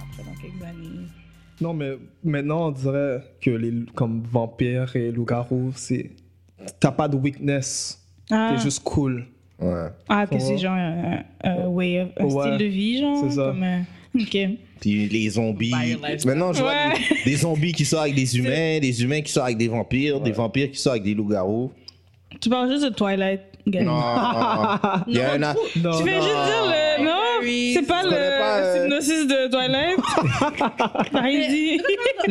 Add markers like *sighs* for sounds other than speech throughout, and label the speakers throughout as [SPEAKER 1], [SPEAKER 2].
[SPEAKER 1] après dans quelques années.
[SPEAKER 2] Non, mais maintenant, on dirait que les comme vampires et loups-garous, c'est. T'as pas de weakness.
[SPEAKER 1] Ah,
[SPEAKER 2] T'es juste cool.
[SPEAKER 3] Ouais.
[SPEAKER 1] ah que
[SPEAKER 2] Faut
[SPEAKER 1] c'est genre
[SPEAKER 2] voir.
[SPEAKER 1] un, un way of- un
[SPEAKER 2] Ouais,
[SPEAKER 1] style de vie, genre.
[SPEAKER 2] c'est ça.
[SPEAKER 1] Comme un- Ok.
[SPEAKER 3] Puis les zombies.
[SPEAKER 4] Vampire lifestyle.
[SPEAKER 3] Maintenant, je vois
[SPEAKER 1] Ouais.
[SPEAKER 3] *laughs* des, des zombies qui sortent avec des humains, des humains qui sortent avec des vampires, des vampires qui sortent avec des
[SPEAKER 1] *laughs*
[SPEAKER 3] loups-garous.
[SPEAKER 1] Tu parles juste de Twilight, gars.
[SPEAKER 3] Non. Il y a un. a-
[SPEAKER 2] Non,
[SPEAKER 1] Tu fais
[SPEAKER 2] non.
[SPEAKER 1] juste dire le. Non, c'est pas le
[SPEAKER 3] connais pas, euh,
[SPEAKER 1] synopsis de Twilight. T'as rien dit.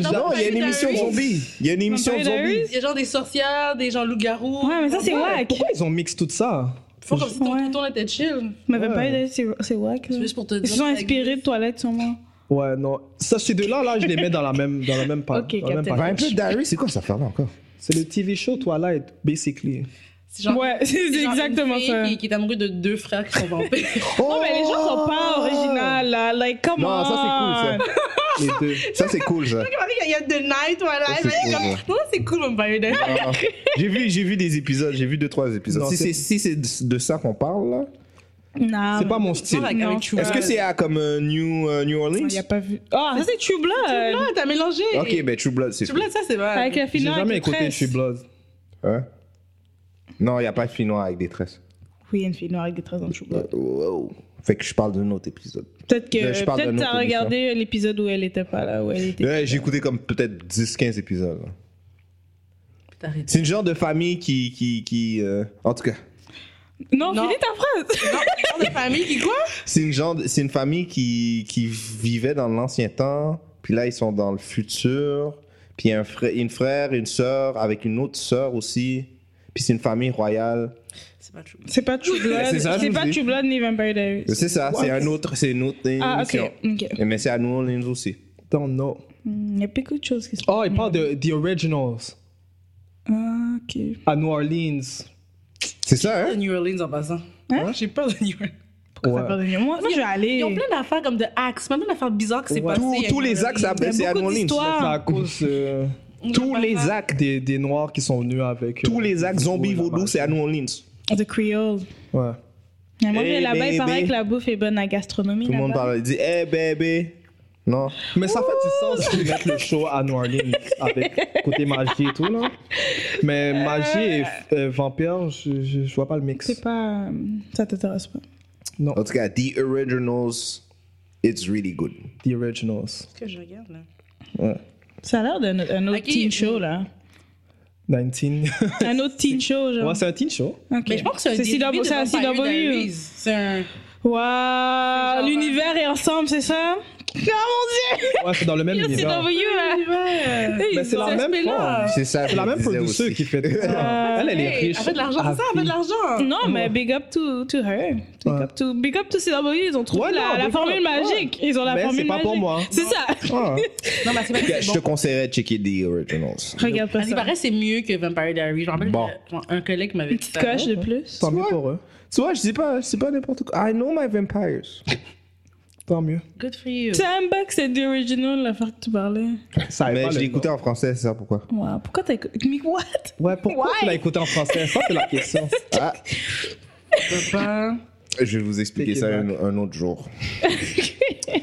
[SPEAKER 3] Non, il y a une émission de zombies. Il y a une émission de
[SPEAKER 1] Vampire
[SPEAKER 3] zombies.
[SPEAKER 1] Diaries?
[SPEAKER 5] Il y a genre des sorcières, des gens loups-garous.
[SPEAKER 1] Ouais, mais ça, c'est wack.
[SPEAKER 2] Pourquoi ils ont mix tout ça
[SPEAKER 5] Faut comme si ton
[SPEAKER 1] Ouais.
[SPEAKER 5] tonton était chill.
[SPEAKER 1] Mais Vampire
[SPEAKER 2] Ouais.
[SPEAKER 1] Diaries, c'est- c'est wack.
[SPEAKER 5] C'est
[SPEAKER 1] là.
[SPEAKER 5] juste pour te
[SPEAKER 1] Ils
[SPEAKER 5] dire.
[SPEAKER 1] se sont inspirés de Twilight, sûrement.
[SPEAKER 2] Ouais, non. Ça, ces deux-là, là, je les mets dans la même, dans la même pa-
[SPEAKER 1] Ok,
[SPEAKER 2] dans le même
[SPEAKER 1] capté.
[SPEAKER 2] package.
[SPEAKER 3] Vampire Diaries, c'est quoi ça, Fernand, encore
[SPEAKER 2] C'est le TV show Twilight, basically.
[SPEAKER 5] C'est genre-
[SPEAKER 1] Ouais, *laughs* c'est
[SPEAKER 5] genre une
[SPEAKER 1] exactement
[SPEAKER 5] fille
[SPEAKER 1] ça.
[SPEAKER 5] Qui, qui est amoureuse de deux frères qui
[SPEAKER 1] *laughs*
[SPEAKER 5] sont vampires.
[SPEAKER 1] Non, mais les gens sont
[SPEAKER 3] Oh.
[SPEAKER 1] pas originales, là. Like, come on.
[SPEAKER 3] Non, ça, c'est cool,
[SPEAKER 2] Les deux.
[SPEAKER 3] ça. Ça, c'est cool,
[SPEAKER 1] *laughs*
[SPEAKER 3] ça.
[SPEAKER 5] Il y a The Night Twilight.
[SPEAKER 3] c'est cool,
[SPEAKER 5] comme,
[SPEAKER 3] ouais.
[SPEAKER 5] non, c'est cool, Vampire Diaries.
[SPEAKER 3] Ah. J'ai vu, j'ai vu des épisodes, j'ai vu deux, trois épisodes.
[SPEAKER 2] Non,
[SPEAKER 3] si
[SPEAKER 2] c'est-
[SPEAKER 3] c'est
[SPEAKER 2] Ah,
[SPEAKER 3] si c'est de de ça qu'on parle, là.
[SPEAKER 1] Non.
[SPEAKER 2] C'est pas mon style.
[SPEAKER 5] Avec- avec
[SPEAKER 1] Non.
[SPEAKER 5] True
[SPEAKER 3] Est-ce que
[SPEAKER 5] Blood.
[SPEAKER 3] c'est à comme euh, New, euh, New Orleans
[SPEAKER 1] Il y a pas vu. Ah, ça, c'est True Blood.
[SPEAKER 5] True Blood, t'as mélangé.
[SPEAKER 3] Ok, ben True Blood, c'est
[SPEAKER 5] True Blood, ça, c'est vrai.
[SPEAKER 1] Avec la
[SPEAKER 2] J'ai
[SPEAKER 1] fille noire
[SPEAKER 2] jamais
[SPEAKER 1] avec les
[SPEAKER 2] écouté
[SPEAKER 1] tresses.
[SPEAKER 2] True Blood.
[SPEAKER 3] Hein? Non, il n'y a pas de film noir avec des tresses.
[SPEAKER 1] Oui, une fille noire avec des tresses dans True Blood.
[SPEAKER 3] Wow. Fait que je parle d'un autre épisode.
[SPEAKER 1] Peut-être que
[SPEAKER 3] Euh, ben, Je parle
[SPEAKER 1] peut-être
[SPEAKER 3] d'un
[SPEAKER 1] t'as
[SPEAKER 3] autre Euh,
[SPEAKER 1] regardé l'épisode où elle était pas là, où elle était.
[SPEAKER 3] Ouais, j'ai écouté comme peut-être 10-15 épisodes. là.
[SPEAKER 5] T'arrêtes.
[SPEAKER 3] C'est une genre de famille qui. qui, qui euh, En tout cas,
[SPEAKER 1] Non,
[SPEAKER 5] Non.
[SPEAKER 1] finis ta phrase.
[SPEAKER 5] Non, c'est une famille qui quoi?
[SPEAKER 3] c'est une, genre de- c'est une famille qui, qui vivait dans l'ancien temps, puis là, ils sont dans le futur, puis il y a un frère, une frère, une sœur, avec une autre sœur aussi, puis c'est une famille royale.
[SPEAKER 5] C'est pas True Blood.
[SPEAKER 1] C'est pas True Blood.
[SPEAKER 3] C'est ça, je
[SPEAKER 1] C'est
[SPEAKER 3] vous
[SPEAKER 1] pas
[SPEAKER 3] dis.
[SPEAKER 1] True Blood ni Vampire Diaries.
[SPEAKER 3] C'est ça, c'est un autre. C'est une autre
[SPEAKER 1] Ah, ok.
[SPEAKER 3] émission.
[SPEAKER 1] Ok.
[SPEAKER 3] Et Mais c'est à New Orleans aussi.
[SPEAKER 2] Don't know.
[SPEAKER 1] Il y a beaucoup de choses qui se
[SPEAKER 2] Oh, il parle de The Originals
[SPEAKER 1] Ah, ok.
[SPEAKER 2] à New Orleans.
[SPEAKER 3] C'est ça, hein?
[SPEAKER 5] New Orleans en passant.
[SPEAKER 1] Hein?
[SPEAKER 5] J'ai peur de New Orleans.
[SPEAKER 1] Pourquoi ça
[SPEAKER 2] Ouais.
[SPEAKER 1] parle de moi Moi, je vais
[SPEAKER 5] Ils ont
[SPEAKER 1] aller.
[SPEAKER 5] plein d'affaires comme de axes, même d'affaires bizarres qui s'est
[SPEAKER 2] Ouais.
[SPEAKER 5] passé.
[SPEAKER 3] Tous-
[SPEAKER 5] à
[SPEAKER 3] tous
[SPEAKER 5] New
[SPEAKER 3] les axes,
[SPEAKER 5] Orleans.
[SPEAKER 3] après, c'est à New
[SPEAKER 1] beaucoup
[SPEAKER 3] Orleans.
[SPEAKER 1] d'histoires.
[SPEAKER 2] C'est à cause euh,
[SPEAKER 5] On
[SPEAKER 2] tous
[SPEAKER 5] va
[SPEAKER 2] les
[SPEAKER 5] pas-
[SPEAKER 2] actes des, des noirs qui sont venus avec. euh,
[SPEAKER 3] Tous les actes zombies vaudous, c'est à New Orleans.
[SPEAKER 1] The Creole.
[SPEAKER 2] Ouais.
[SPEAKER 1] Mais Moi, je vais
[SPEAKER 3] Hey,
[SPEAKER 1] là-bas, il paraît
[SPEAKER 3] baby.
[SPEAKER 1] que la bouffe est bonne à gastronomie.
[SPEAKER 3] Eh, Tout le monde
[SPEAKER 1] là-bas.
[SPEAKER 3] parle, il dit, hey baby. Non.
[SPEAKER 2] Mais ça fait du sens de mettre le show à New Orleans avec côté magie et tout là. Mais magie et euh, vampire, je, je, je vois pas le mix.
[SPEAKER 1] C'est pas. euh, Ça t'intéresse pas.
[SPEAKER 2] Non,
[SPEAKER 3] En tout cas, The Originals, it's really good.
[SPEAKER 2] The Originals.
[SPEAKER 5] Qu'est-ce que je regarde là?
[SPEAKER 1] Ça a l'air d'un un autre
[SPEAKER 5] Ok.
[SPEAKER 1] teen
[SPEAKER 3] *laughs*
[SPEAKER 1] show, là.
[SPEAKER 2] 19.
[SPEAKER 1] Un autre teen show, genre.
[SPEAKER 2] ouais, c'est un teen show.
[SPEAKER 1] Ok.
[SPEAKER 5] Mais je pense que c'est un
[SPEAKER 1] CW,
[SPEAKER 5] dérivé de
[SPEAKER 1] C'est un
[SPEAKER 5] Vampire Diaries.
[SPEAKER 1] CW.
[SPEAKER 5] C'est un. C'est
[SPEAKER 1] Waouh,
[SPEAKER 5] genre- euh, Oh
[SPEAKER 1] l'univers est ensemble, c'est
[SPEAKER 5] *laughs*
[SPEAKER 1] ça Ah mon
[SPEAKER 2] *laughs*
[SPEAKER 1] dieu
[SPEAKER 2] Ouais, c'est dans le même
[SPEAKER 1] Il y a
[SPEAKER 2] univers.
[SPEAKER 1] CW là
[SPEAKER 2] Mais Ben, c'est la
[SPEAKER 5] Cet
[SPEAKER 2] même
[SPEAKER 5] aspect-là.
[SPEAKER 2] forme.
[SPEAKER 3] C'est ça,
[SPEAKER 2] C'est la même produceuse qui fait tout ça.
[SPEAKER 1] Euh,
[SPEAKER 2] Elle, elle est
[SPEAKER 5] Hey,
[SPEAKER 2] riche.
[SPEAKER 5] Elle fait de l'argent, ça, elle fait de l'argent.
[SPEAKER 1] Non, mais big up to, to her. Big,
[SPEAKER 2] Ouais.
[SPEAKER 1] up to, big up to CW, ils ont trouvé
[SPEAKER 2] Ouais, non,
[SPEAKER 1] la, la
[SPEAKER 2] big
[SPEAKER 1] formule
[SPEAKER 2] up, ouais.
[SPEAKER 1] magique. Ils ont la
[SPEAKER 2] Mais Ben, c'est
[SPEAKER 1] formule
[SPEAKER 2] pas
[SPEAKER 1] magique.
[SPEAKER 2] pour moi.
[SPEAKER 1] C'est
[SPEAKER 5] *laughs*
[SPEAKER 1] ça
[SPEAKER 2] Ah,
[SPEAKER 5] Non, mais c'est pas
[SPEAKER 3] Je te conseillerais de checker The Originals.
[SPEAKER 1] Regarde pas
[SPEAKER 5] Ah, Il
[SPEAKER 1] ça.
[SPEAKER 5] paraît c'est mieux que Vampire Diaries. Je me rappelle
[SPEAKER 3] Bon.
[SPEAKER 5] que, genre, un collègue m'avait
[SPEAKER 1] Une
[SPEAKER 5] dit
[SPEAKER 1] petite
[SPEAKER 5] ça.
[SPEAKER 1] coche de plus.
[SPEAKER 2] tant mieux pour eux.
[SPEAKER 3] Tu vois, je dis pas, c'est pas n'importe quoi. I know my vampires.
[SPEAKER 2] Tant mieux.
[SPEAKER 5] Oh, Good for you.
[SPEAKER 1] C'est un bug, c'est du original l'affaire que tu parlais.
[SPEAKER 2] Ça aide
[SPEAKER 3] Mais
[SPEAKER 2] pas
[SPEAKER 3] je
[SPEAKER 2] le-
[SPEAKER 3] l'ai écouté en français, c'est ça pourquoi?
[SPEAKER 1] Wow, pourquoi t'as écouté Mais what
[SPEAKER 2] Ouais, pourquoi tu l'as écouté en français Ça, c'est
[SPEAKER 3] *laughs*
[SPEAKER 2] la question.
[SPEAKER 3] Ah,
[SPEAKER 5] Papa.
[SPEAKER 3] je vais vous expliquer
[SPEAKER 2] Take it
[SPEAKER 3] ça un, un autre jour. *laughs*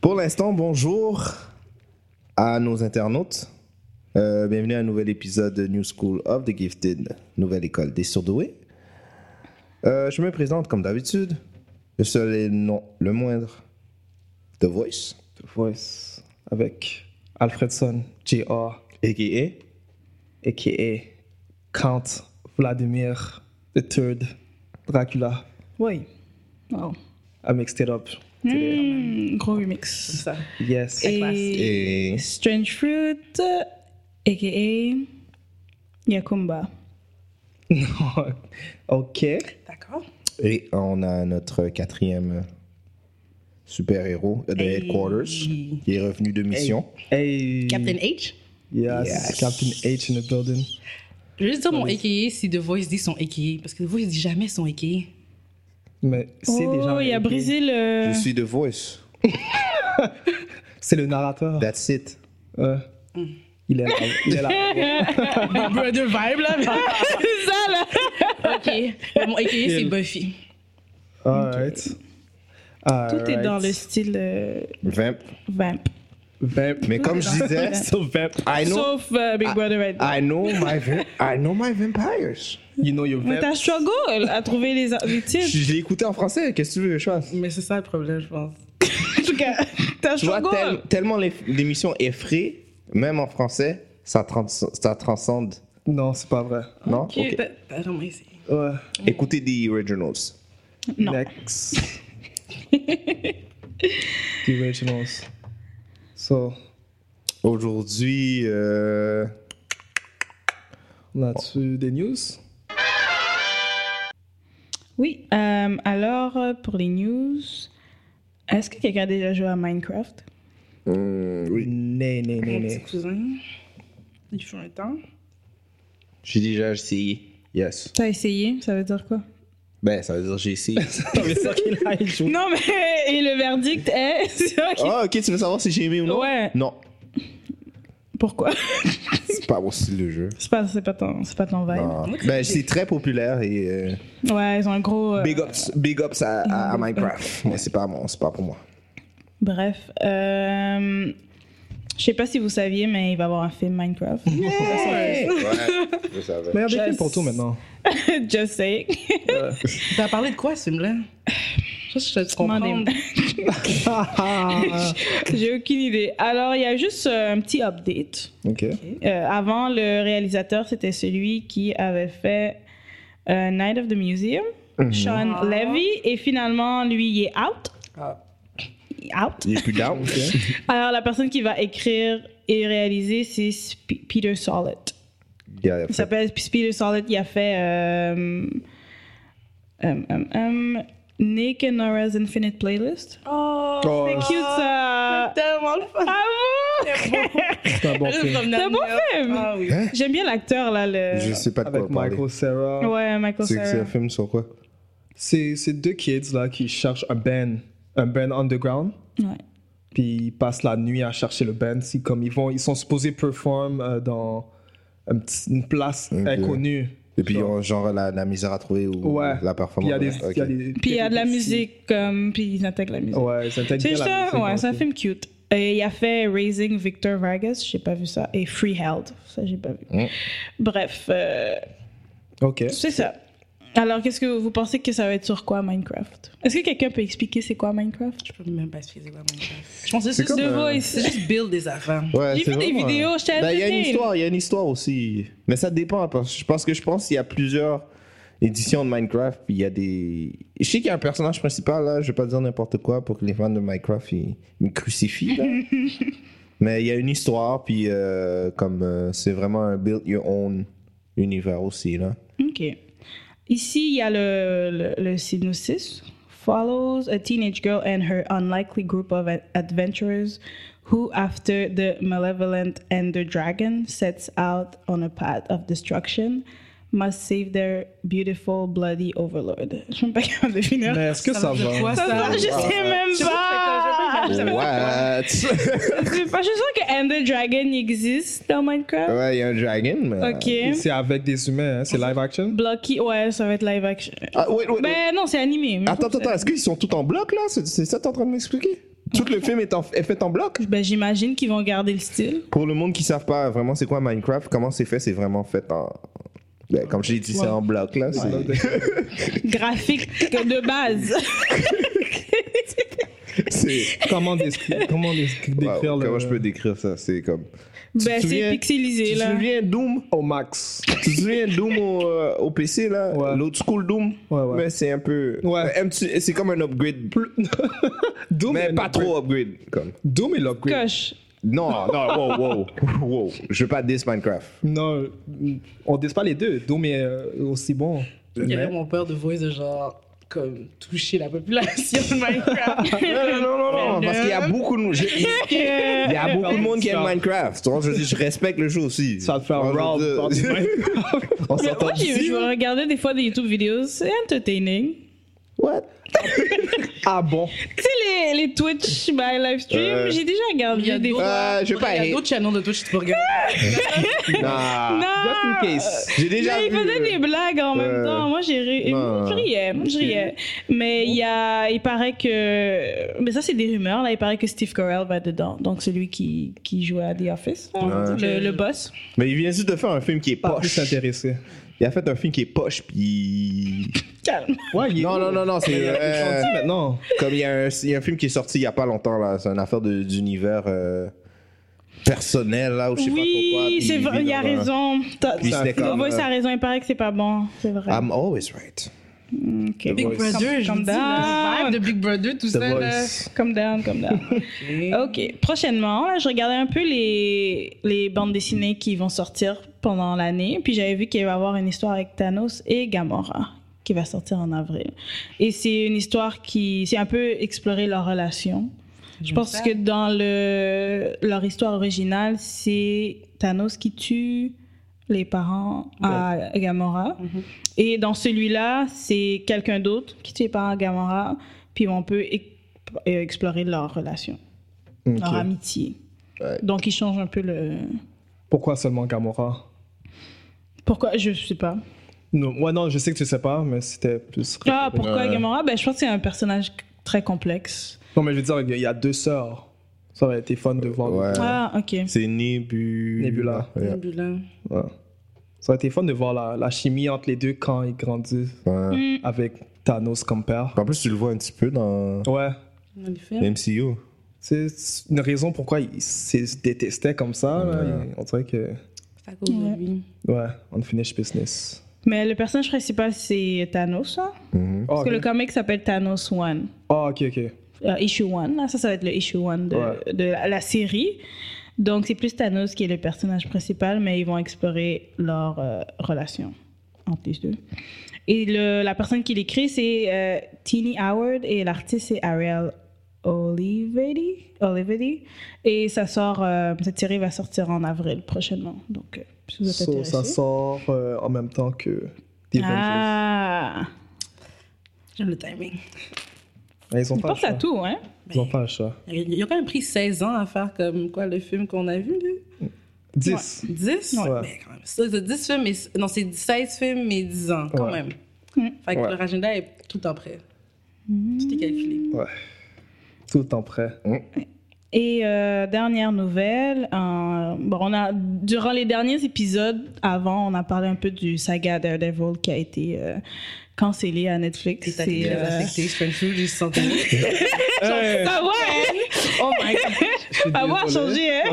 [SPEAKER 3] Pour l'instant, bonjour à nos internautes. Euh, bienvenue à un nouvel épisode de New School of the Gifted, nouvelle école des surdoués. Euh, je me présente comme d'habitude. Le seul et non le moindre. The Voice,
[SPEAKER 2] The Voice avec Alfredson, J.R.,
[SPEAKER 3] a.k.a.
[SPEAKER 2] a.k.a. Count Vladimir III, Dracula.
[SPEAKER 1] Oui. Wow.
[SPEAKER 2] I mixed it up. today.
[SPEAKER 1] Hmm, gros remix.
[SPEAKER 5] Ça.
[SPEAKER 2] Yes.
[SPEAKER 1] Et
[SPEAKER 3] Et
[SPEAKER 1] Strange Fruit, a.k.a. Yakumba.
[SPEAKER 2] ok. *laughs*
[SPEAKER 5] D'accord.
[SPEAKER 3] Et on a notre quatrième super-héros de
[SPEAKER 5] Hey.
[SPEAKER 3] Headquarters. Il est revenu de mission.
[SPEAKER 2] Hey.
[SPEAKER 5] Captain H.
[SPEAKER 2] Yes,
[SPEAKER 3] Yes.
[SPEAKER 2] Captain H in the building.
[SPEAKER 5] Je vais juste dire mon AKA si The Voice dit son AKA. Parce que The Voice dit jamais son AKA.
[SPEAKER 2] Mais c'est déjà.
[SPEAKER 1] Oh, il a brisé le.
[SPEAKER 3] Je
[SPEAKER 1] *laughs*
[SPEAKER 3] suis The Voice.
[SPEAKER 2] C'est le narrateur.
[SPEAKER 3] That's it.
[SPEAKER 2] Ouais. Il est là. Il
[SPEAKER 1] *laughs*
[SPEAKER 2] est là.
[SPEAKER 5] Big Brother vibe là.
[SPEAKER 1] C'est ça, là!
[SPEAKER 5] mais- ok. Mais Mon AKA *laughs* c'est Buffy.
[SPEAKER 2] Alright.
[SPEAKER 1] Tout est dans le style euh,
[SPEAKER 3] Vamp.
[SPEAKER 1] vamp.
[SPEAKER 2] Vamp.
[SPEAKER 3] Mais comme je disais,
[SPEAKER 2] So vamp.
[SPEAKER 3] I know,
[SPEAKER 1] Sauf euh, Big Brother right now.
[SPEAKER 3] I know my, va- I know my vampires.
[SPEAKER 2] You know your
[SPEAKER 1] Mais
[SPEAKER 2] vamp.
[SPEAKER 1] t'as struggle à trouver les,
[SPEAKER 3] Je,
[SPEAKER 1] les titres.
[SPEAKER 3] je l'ai écouté en français. Qu'est-ce que tu veux que je fasse?
[SPEAKER 5] Mais c'est ça le problème, je pense.
[SPEAKER 1] *laughs* En tout cas, t'as
[SPEAKER 3] Tu vois, tel-
[SPEAKER 1] struggle.
[SPEAKER 3] tellement l'eff- l'émission est free, même en français, ça, trans- ça transcende.
[SPEAKER 2] Non, c'est pas vrai.
[SPEAKER 3] Non?
[SPEAKER 5] Ok. ben
[SPEAKER 3] Ok.
[SPEAKER 5] t'as- T'as vraiment essayé.
[SPEAKER 2] Ouais.
[SPEAKER 3] Écoutez The Originals.
[SPEAKER 1] Non. *laughs*
[SPEAKER 2] Next. The originals. So,
[SPEAKER 3] Aujourd'hui, euh,
[SPEAKER 2] on a-tu des news?
[SPEAKER 1] Oui, euh, alors euh, pour les news, est-ce que quelqu'un a déjà joué à Minecraft?
[SPEAKER 3] hum, oui,
[SPEAKER 2] Né, né, né,
[SPEAKER 5] Mon petit
[SPEAKER 2] né.
[SPEAKER 5] cousin. Il fait un temps.
[SPEAKER 3] j'ai déjà essayé. Yes.
[SPEAKER 1] T'as essayé, ça veut dire quoi?
[SPEAKER 3] Ben, ça veut dire j'ai essayé.
[SPEAKER 2] Non, mais ça qu'il a, il joue.
[SPEAKER 1] Non, mais *laughs* et le verdict est. *laughs* c'est ok.
[SPEAKER 3] Ah, ok, tu veux savoir si j'ai aimé ou non?
[SPEAKER 1] Ouais.
[SPEAKER 3] Non,
[SPEAKER 1] Pourquoi? *laughs*
[SPEAKER 3] c'est pas mon style de jeu.
[SPEAKER 1] C'est pas, c'est pas, ton, c'est pas ton vibe.
[SPEAKER 3] Ah. Ben, c'est très populaire et euh,
[SPEAKER 1] Ouais, ils ont un gros. euh,
[SPEAKER 3] big ups, big ups à, à- à *laughs* Minecraft. Mais c'est pas, mon- c'est pas pour moi.
[SPEAKER 1] Bref, euh, je sais pas si vous saviez, mais il va y avoir un film Minecraft.
[SPEAKER 3] Mhm. Ouais, je savais.
[SPEAKER 2] Mais il y a des
[SPEAKER 1] Je-
[SPEAKER 2] films pour tout maintenant.
[SPEAKER 1] *laughs* Just saying. *laughs*
[SPEAKER 5] T'as parlé de quoi ce *sighs* film là? Je sais pas si je te comprends.
[SPEAKER 1] Demandez- J'ai aucune idée. Alors, il y a juste euh, un petit update.
[SPEAKER 3] Ok.
[SPEAKER 1] Euh, avant, le réalisateur, c'était celui qui avait fait euh, Night of the Museum,
[SPEAKER 3] Mhm.
[SPEAKER 1] Sean
[SPEAKER 5] Ah.
[SPEAKER 1] Levy, et finalement, lui, il est out. Il est Out.
[SPEAKER 3] Il est plus *laughs* down.
[SPEAKER 1] Alors, la personne qui va écrire et réaliser, c'est Sp- Peter Solid.
[SPEAKER 3] Il a
[SPEAKER 1] Il
[SPEAKER 3] fait-
[SPEAKER 1] s'appelle P- Peter Solid. Il a fait euh, euh, euh, euh, Nick and Nora's Infinite Playlist.
[SPEAKER 5] Oh,
[SPEAKER 2] Oh,
[SPEAKER 1] C'est cute ça!
[SPEAKER 5] tellement le fun.
[SPEAKER 1] Ah bon?
[SPEAKER 2] c'est un bon film.
[SPEAKER 1] *laughs* C'est un bon film!
[SPEAKER 5] Ah oui.
[SPEAKER 3] Hein?
[SPEAKER 1] J'aime bien l'acteur là. Le...
[SPEAKER 3] Je sais pas de quoi
[SPEAKER 2] Avec
[SPEAKER 3] parler.
[SPEAKER 2] Michael Sarah.
[SPEAKER 1] Ouais, Michael
[SPEAKER 3] C'est c'est
[SPEAKER 1] Cera.
[SPEAKER 3] un film sur quoi
[SPEAKER 2] C'est c'est deux kids là qui cherchent un band, un band underground.
[SPEAKER 1] Ouais.
[SPEAKER 2] Puis ils passent la nuit à chercher le band. Si comme ils vont, ils sont supposés perform euh, dans un petit- une place
[SPEAKER 3] Ok.
[SPEAKER 2] inconnue.
[SPEAKER 3] Et puis, ils
[SPEAKER 2] Genre.
[SPEAKER 3] ont genre la, la misère à trouver ou
[SPEAKER 2] ouais.
[SPEAKER 3] la
[SPEAKER 2] Puis
[SPEAKER 3] performance.
[SPEAKER 2] il y a des,
[SPEAKER 3] Ok.
[SPEAKER 2] il y a des-
[SPEAKER 1] Puis il y a de la musique, comme, puis ils intègrent la musique.
[SPEAKER 2] Ouais, c'est
[SPEAKER 1] c'est juste un, ouais, c'est un film cute. Et il a fait Raising Victor Vargas, j'ai pas vu ça, et Freeheld, ça j'ai pas vu.
[SPEAKER 3] Mm.
[SPEAKER 1] Bref, euh,
[SPEAKER 2] Ok.
[SPEAKER 1] c'est ça. Alors, qu'est-ce que vous pensez que ça va être sur quoi Minecraft Est-ce que quelqu'un peut expliquer c'est quoi Minecraft
[SPEAKER 5] Je peux même pas se fiser quoi, Minecraft. Je pense que
[SPEAKER 3] C'est
[SPEAKER 5] c'est
[SPEAKER 3] comme,
[SPEAKER 5] juste
[SPEAKER 3] euh,
[SPEAKER 5] The Voice. C'est juste build des affaires.
[SPEAKER 3] Ouais,
[SPEAKER 1] J'ai
[SPEAKER 3] c'est
[SPEAKER 1] vu des
[SPEAKER 3] vraiment,
[SPEAKER 1] vidéos,
[SPEAKER 3] euh,
[SPEAKER 1] je t'ai
[SPEAKER 3] ben, Il y a une
[SPEAKER 1] entertained.
[SPEAKER 3] histoire, il y a une histoire aussi. Mais ça dépend. Parce que je pense que je pense qu'il y a plusieurs éditions de Minecraft. Puis il y a des. Je sais qu'il y a un personnage principal là. Je vais pas dire n'importe quoi pour que les fans de Minecraft ils, ils me crucifient.
[SPEAKER 1] *laughs*
[SPEAKER 3] là. Mais il y a une histoire. Puis euh, comme euh, c'est vraiment un build your own univers aussi là.
[SPEAKER 1] Ok. Ici, il y a le, le, le synopsis. Follows a teenage girl and her unlikely group of a- adventurers who, after the malevolent Ender Dragon sets out on a path of destruction, must save their beautiful bloody overlord. *laughs* Je ne pas capable de finir.
[SPEAKER 2] Mais est-ce que ça,
[SPEAKER 5] Ça veut dire
[SPEAKER 2] va
[SPEAKER 5] quoi,
[SPEAKER 1] Ça, ça, Ah, je sais même
[SPEAKER 5] Je sais
[SPEAKER 1] pas.
[SPEAKER 5] pas, je sais pas.
[SPEAKER 3] What?
[SPEAKER 1] Je sais pas. Je suis sûre que Ender Dragon existe dans Minecraft.
[SPEAKER 3] *laughs* ouais, il y a un dragon. Mais... euh,
[SPEAKER 1] Ok.
[SPEAKER 2] C'est avec des humains, hein, c'est live action.
[SPEAKER 1] Blocky, ouais, ça va être live action.
[SPEAKER 3] Ah, wait, wait, wait.
[SPEAKER 1] Ben non, c'est animé. mais-
[SPEAKER 3] Attends, attends, attends, est-ce qu'ils sont tous en bloc là C'est c'est ça que t'es en train de m'expliquer Tout le film est, en- est fait en bloc
[SPEAKER 1] Ben, j'imagine qu'ils vont garder le style.
[SPEAKER 3] Pour le monde qui savent pas vraiment c'est quoi Minecraft, comment c'est fait, c'est vraiment fait en. Ben, comme je l'ai dit, c'est en bloc là. c'est-
[SPEAKER 1] Graphique de base.
[SPEAKER 3] *laughs* c'est-
[SPEAKER 2] Comment décrire, comment décri-
[SPEAKER 3] Wow,
[SPEAKER 2] *laughs* décrire le.
[SPEAKER 3] Comment je peux décrire ça C'est comme. te
[SPEAKER 1] ben, c'est
[SPEAKER 3] souviens-
[SPEAKER 1] pixelisé,
[SPEAKER 3] Tu te
[SPEAKER 1] là.
[SPEAKER 3] souviens Doom
[SPEAKER 2] Au max.
[SPEAKER 3] Tu te souviens Doom au, euh, au PC là
[SPEAKER 2] Ouais.
[SPEAKER 3] L'autre school Doom
[SPEAKER 2] Ouais, ouais.
[SPEAKER 3] Mais c'est un peu.
[SPEAKER 2] Ouais.
[SPEAKER 3] Un petit- C'est comme un upgrade.
[SPEAKER 2] Doom
[SPEAKER 3] Mais
[SPEAKER 2] est
[SPEAKER 3] pas
[SPEAKER 2] l'upgrade.
[SPEAKER 3] trop upgrade. Comme.
[SPEAKER 2] Doom est
[SPEAKER 3] *laughs*
[SPEAKER 2] l'upgrade.
[SPEAKER 1] Coche.
[SPEAKER 3] Non, non, wow, wow, wow. Je veux pas 10 Minecraft.
[SPEAKER 2] Non, on ne pas les deux. Doom est euh, aussi bon.
[SPEAKER 5] Il y avait
[SPEAKER 2] Mais-
[SPEAKER 5] mon père de voice de genre. comme toucher la *laughs* population de Minecraft.
[SPEAKER 3] Non, non, non, non, parce qu'il y a beaucoup de monde.
[SPEAKER 1] Euh,
[SPEAKER 3] Il y a beaucoup de monde qui aime
[SPEAKER 2] Ça-
[SPEAKER 3] Minecraft. Tu vois, je, je respecte le jeu aussi.
[SPEAKER 2] Ça te fait un
[SPEAKER 3] Tu vois,
[SPEAKER 2] round.
[SPEAKER 3] je veux dire- On
[SPEAKER 1] Mais
[SPEAKER 3] s'entend
[SPEAKER 1] moi, j'ai-
[SPEAKER 3] d'ici.
[SPEAKER 1] je regardais des fois des YouTube vidéos, c'est entertaining. *laughs*
[SPEAKER 3] What?
[SPEAKER 2] ah bon?
[SPEAKER 1] Tu sais, les, les Twitch by live stream,
[SPEAKER 3] Euh.
[SPEAKER 1] j'ai déjà
[SPEAKER 5] Il y a
[SPEAKER 1] regardé des
[SPEAKER 5] d'autres-
[SPEAKER 1] fois.
[SPEAKER 3] Euh, je vais pas
[SPEAKER 5] Il y
[SPEAKER 3] aller.
[SPEAKER 5] a d'autres channels de Twitch que tu peux regarder.
[SPEAKER 3] Nah.
[SPEAKER 2] Just in
[SPEAKER 1] Non!
[SPEAKER 2] case.
[SPEAKER 3] J'ai déjà
[SPEAKER 1] Mais il
[SPEAKER 3] vu.
[SPEAKER 1] faisait des blagues en
[SPEAKER 3] Euh,
[SPEAKER 1] même temps. Moi, j'ai ri...
[SPEAKER 3] non.
[SPEAKER 1] je riais, je riais. Mais il y a, il paraît que, mais ça c'est des rumeurs là. Il paraît que Steve Carell va dedans, donc celui qui qui joue à The Office, le, le boss.
[SPEAKER 3] Mais il vient juste de faire un film qui est
[SPEAKER 2] Pas plus
[SPEAKER 3] poche.
[SPEAKER 2] intéressé.
[SPEAKER 3] Il a fait un film qui est poche, puis.
[SPEAKER 1] Calme.
[SPEAKER 2] Ouais, il est
[SPEAKER 3] Non,
[SPEAKER 2] où?
[SPEAKER 3] non, non, non, c'est.
[SPEAKER 2] Il est
[SPEAKER 3] euh,
[SPEAKER 2] gentil maintenant.
[SPEAKER 3] Comme il y, a un, il y a un film qui est sorti il y a pas longtemps, là. C'est une affaire de- d'univers euh, personnel, là, ou je sais pas pourquoi.
[SPEAKER 1] Oui,
[SPEAKER 3] puis
[SPEAKER 1] c'est
[SPEAKER 3] il
[SPEAKER 1] vrai,
[SPEAKER 3] vit
[SPEAKER 1] il a
[SPEAKER 3] dans un-
[SPEAKER 1] raison. T'as-
[SPEAKER 3] Puis
[SPEAKER 1] t'as-
[SPEAKER 3] c'était
[SPEAKER 1] The
[SPEAKER 3] comme,
[SPEAKER 1] Voice
[SPEAKER 3] euh,
[SPEAKER 1] a raison. Il paraît que c'est pas bon. C'est vrai.
[SPEAKER 3] I'm always right.
[SPEAKER 1] Ok.
[SPEAKER 5] Big
[SPEAKER 1] Calm-
[SPEAKER 5] Brother, je vous
[SPEAKER 1] calm
[SPEAKER 5] dis, le
[SPEAKER 1] down.
[SPEAKER 5] vibe de Big Brother, tout
[SPEAKER 3] The
[SPEAKER 5] ça, là.
[SPEAKER 3] Voice.
[SPEAKER 1] Comme down, comme down. ok. Prochainement, là, je regardais un peu les, les bandes dessinées qui vont sortir pendant l'année. Puis j'avais vu qu'il va y avoir une histoire avec Thanos et Gamora qui va sortir en avril. Et c'est une histoire qui. C'est un peu explorer leur relation. Je pense
[SPEAKER 5] ça.
[SPEAKER 1] que dans le, leur histoire originale, c'est Thanos qui tue les parents à Gamora. Et dans celui-là, c'est quelqu'un d'autre qui tue les parents à Gamora. Puis on peut e- euh, explorer leur relation, leur
[SPEAKER 3] Ah,
[SPEAKER 1] amitié.
[SPEAKER 3] Ouais.
[SPEAKER 1] Donc ils changent un peu le.
[SPEAKER 2] Pourquoi seulement Gamora?
[SPEAKER 1] Pourquoi Je sais pas.
[SPEAKER 2] Non, ouais, non, je sais que tu sais pas, mais c'était plus.
[SPEAKER 1] Ah, pourquoi
[SPEAKER 3] Ouais.
[SPEAKER 1] Gamora ben, Je pense que c'est un personnage très complexe.
[SPEAKER 2] Non, mais je veux dire, il y a deux sœurs. Ça aurait été fun de voir.
[SPEAKER 3] Euh, Ouais.
[SPEAKER 1] Ah, ok.
[SPEAKER 3] C'est Nebula.
[SPEAKER 2] Nebula.
[SPEAKER 3] Ouais.
[SPEAKER 5] Nebula.
[SPEAKER 3] Ouais.
[SPEAKER 2] Ça aurait été fun de voir la, la chimie entre les deux quand ils grandissent
[SPEAKER 3] Ouais.
[SPEAKER 1] Mm.
[SPEAKER 2] avec Thanos comme père.
[SPEAKER 3] En plus, tu le vois un petit peu dans
[SPEAKER 2] Ouais.
[SPEAKER 5] On les fait.
[SPEAKER 3] MCU.
[SPEAKER 2] C'est c'est une raison pourquoi ils se détestaient comme ça. là.
[SPEAKER 3] Ouais.
[SPEAKER 2] Ils- On dirait que.
[SPEAKER 5] C'est à cause de
[SPEAKER 1] Ouais.
[SPEAKER 5] lui.
[SPEAKER 2] Ouais, unfinished business.
[SPEAKER 1] Mais le personnage principal, c'est Thanos. hein?
[SPEAKER 3] Mhm.
[SPEAKER 2] Ah,
[SPEAKER 1] Parce que le
[SPEAKER 2] ok.
[SPEAKER 1] comic s'appelle Thanos One.
[SPEAKER 2] Ah, ok, ok.
[SPEAKER 1] Euh, issue 1, ça, ça va être le issue 1 de,
[SPEAKER 2] Ouais.
[SPEAKER 1] de la, la série. Donc, c'est plus Thanos qui est le personnage principal, mais ils vont explorer leur euh, relation entre les deux. Et le- la personne qui l'écrit, c'est euh, Tini Howard et l'artiste, c'est Ariel Olivetti. Olivetti. Et ça sort, euh, cette série va sortir en avril prochainement. Donc, euh, si vous êtes
[SPEAKER 2] So, ça
[SPEAKER 1] intéressés.
[SPEAKER 2] sort euh, en même temps que The Avengers.
[SPEAKER 1] Ah!
[SPEAKER 5] J'aime le timing.
[SPEAKER 2] Ah, Ils ont
[SPEAKER 1] Ils
[SPEAKER 2] pas le
[SPEAKER 1] pensent à
[SPEAKER 2] choix.
[SPEAKER 1] tout, hein?
[SPEAKER 2] Ils ont pas le choix.
[SPEAKER 5] Ils ont quand même pris 16 ans à faire comme quoi le film qu'on a vu, là.
[SPEAKER 2] 10.
[SPEAKER 5] 10?
[SPEAKER 2] Ouais.
[SPEAKER 5] Mais quand même. Ça, c'est 10 films, mais. Non, c'est 16 films, mais 10 ans, quand
[SPEAKER 2] Ouais.
[SPEAKER 5] même.
[SPEAKER 1] Mm.
[SPEAKER 5] Fait que
[SPEAKER 3] Ouais.
[SPEAKER 5] leur agenda est tout le temps prêt. Tout est calculé.
[SPEAKER 2] Ouais. Tout le temps prêt.
[SPEAKER 1] Et euh, dernière nouvelle, euh, bon, on a, durant les derniers épisodes, avant, on a parlé un peu du saga Daredevil qui a été euh, cancellé à Netflix.
[SPEAKER 5] C'est très
[SPEAKER 1] euh, *laughs*
[SPEAKER 5] affecté. Je fais une chose, j'ai senti.
[SPEAKER 2] Hey,
[SPEAKER 1] Ah ouais! *laughs*
[SPEAKER 5] Oh my *laughs* god!
[SPEAKER 2] je suis
[SPEAKER 1] À voir
[SPEAKER 2] désolé.
[SPEAKER 1] changer, hein?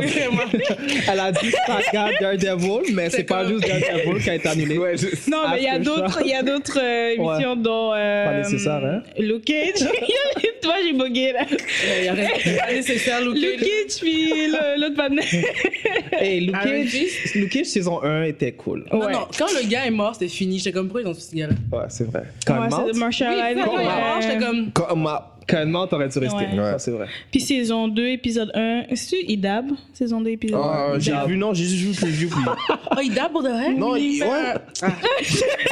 [SPEAKER 2] Elle a dit *laughs* saga Daredevil, mais c'est pas
[SPEAKER 5] comme-
[SPEAKER 2] juste Daredevil qui a été annulé.
[SPEAKER 1] Non, mais il y a
[SPEAKER 2] After
[SPEAKER 1] d'autres,
[SPEAKER 2] Shock.
[SPEAKER 1] il y a d'autres euh, émissions dont. Euh,
[SPEAKER 2] Pas nécessaire, hein?
[SPEAKER 1] Luke Cage. *laughs* Toi, j'ai bugué, là.
[SPEAKER 5] Il y aurait pas nécessaire, Luke.
[SPEAKER 1] Luke Cage, puis le- l'autre panneau.
[SPEAKER 2] Hey, Luke
[SPEAKER 5] Iron
[SPEAKER 2] Cage, Luke Cage saison 1 était cool.
[SPEAKER 5] Non, non, quand le gars est mort, c'était fini. J'étais comme, pourquoi ils ont tué ce gars-là?
[SPEAKER 2] Ouais, c'est vrai. Quand elle
[SPEAKER 1] c'est
[SPEAKER 2] mente,
[SPEAKER 1] de Marshall
[SPEAKER 5] Oui,
[SPEAKER 1] Island,
[SPEAKER 5] quand il est
[SPEAKER 1] ouais.
[SPEAKER 5] mort, j'étais comme.
[SPEAKER 3] Comme à-
[SPEAKER 2] quand elle mente, aurait dû rester.
[SPEAKER 1] Ouais.
[SPEAKER 2] Ça, c'est vrai.
[SPEAKER 1] Puis saison 2, épisode 1. Est-ce que tu Idab? Saison 2, épisode 1.
[SPEAKER 3] Ah, j'ai vu, non, j'ai juste vu le preview. Puis...
[SPEAKER 5] Oh, il dab pour de vrai?
[SPEAKER 3] Non, il... oh, ouais. Ah.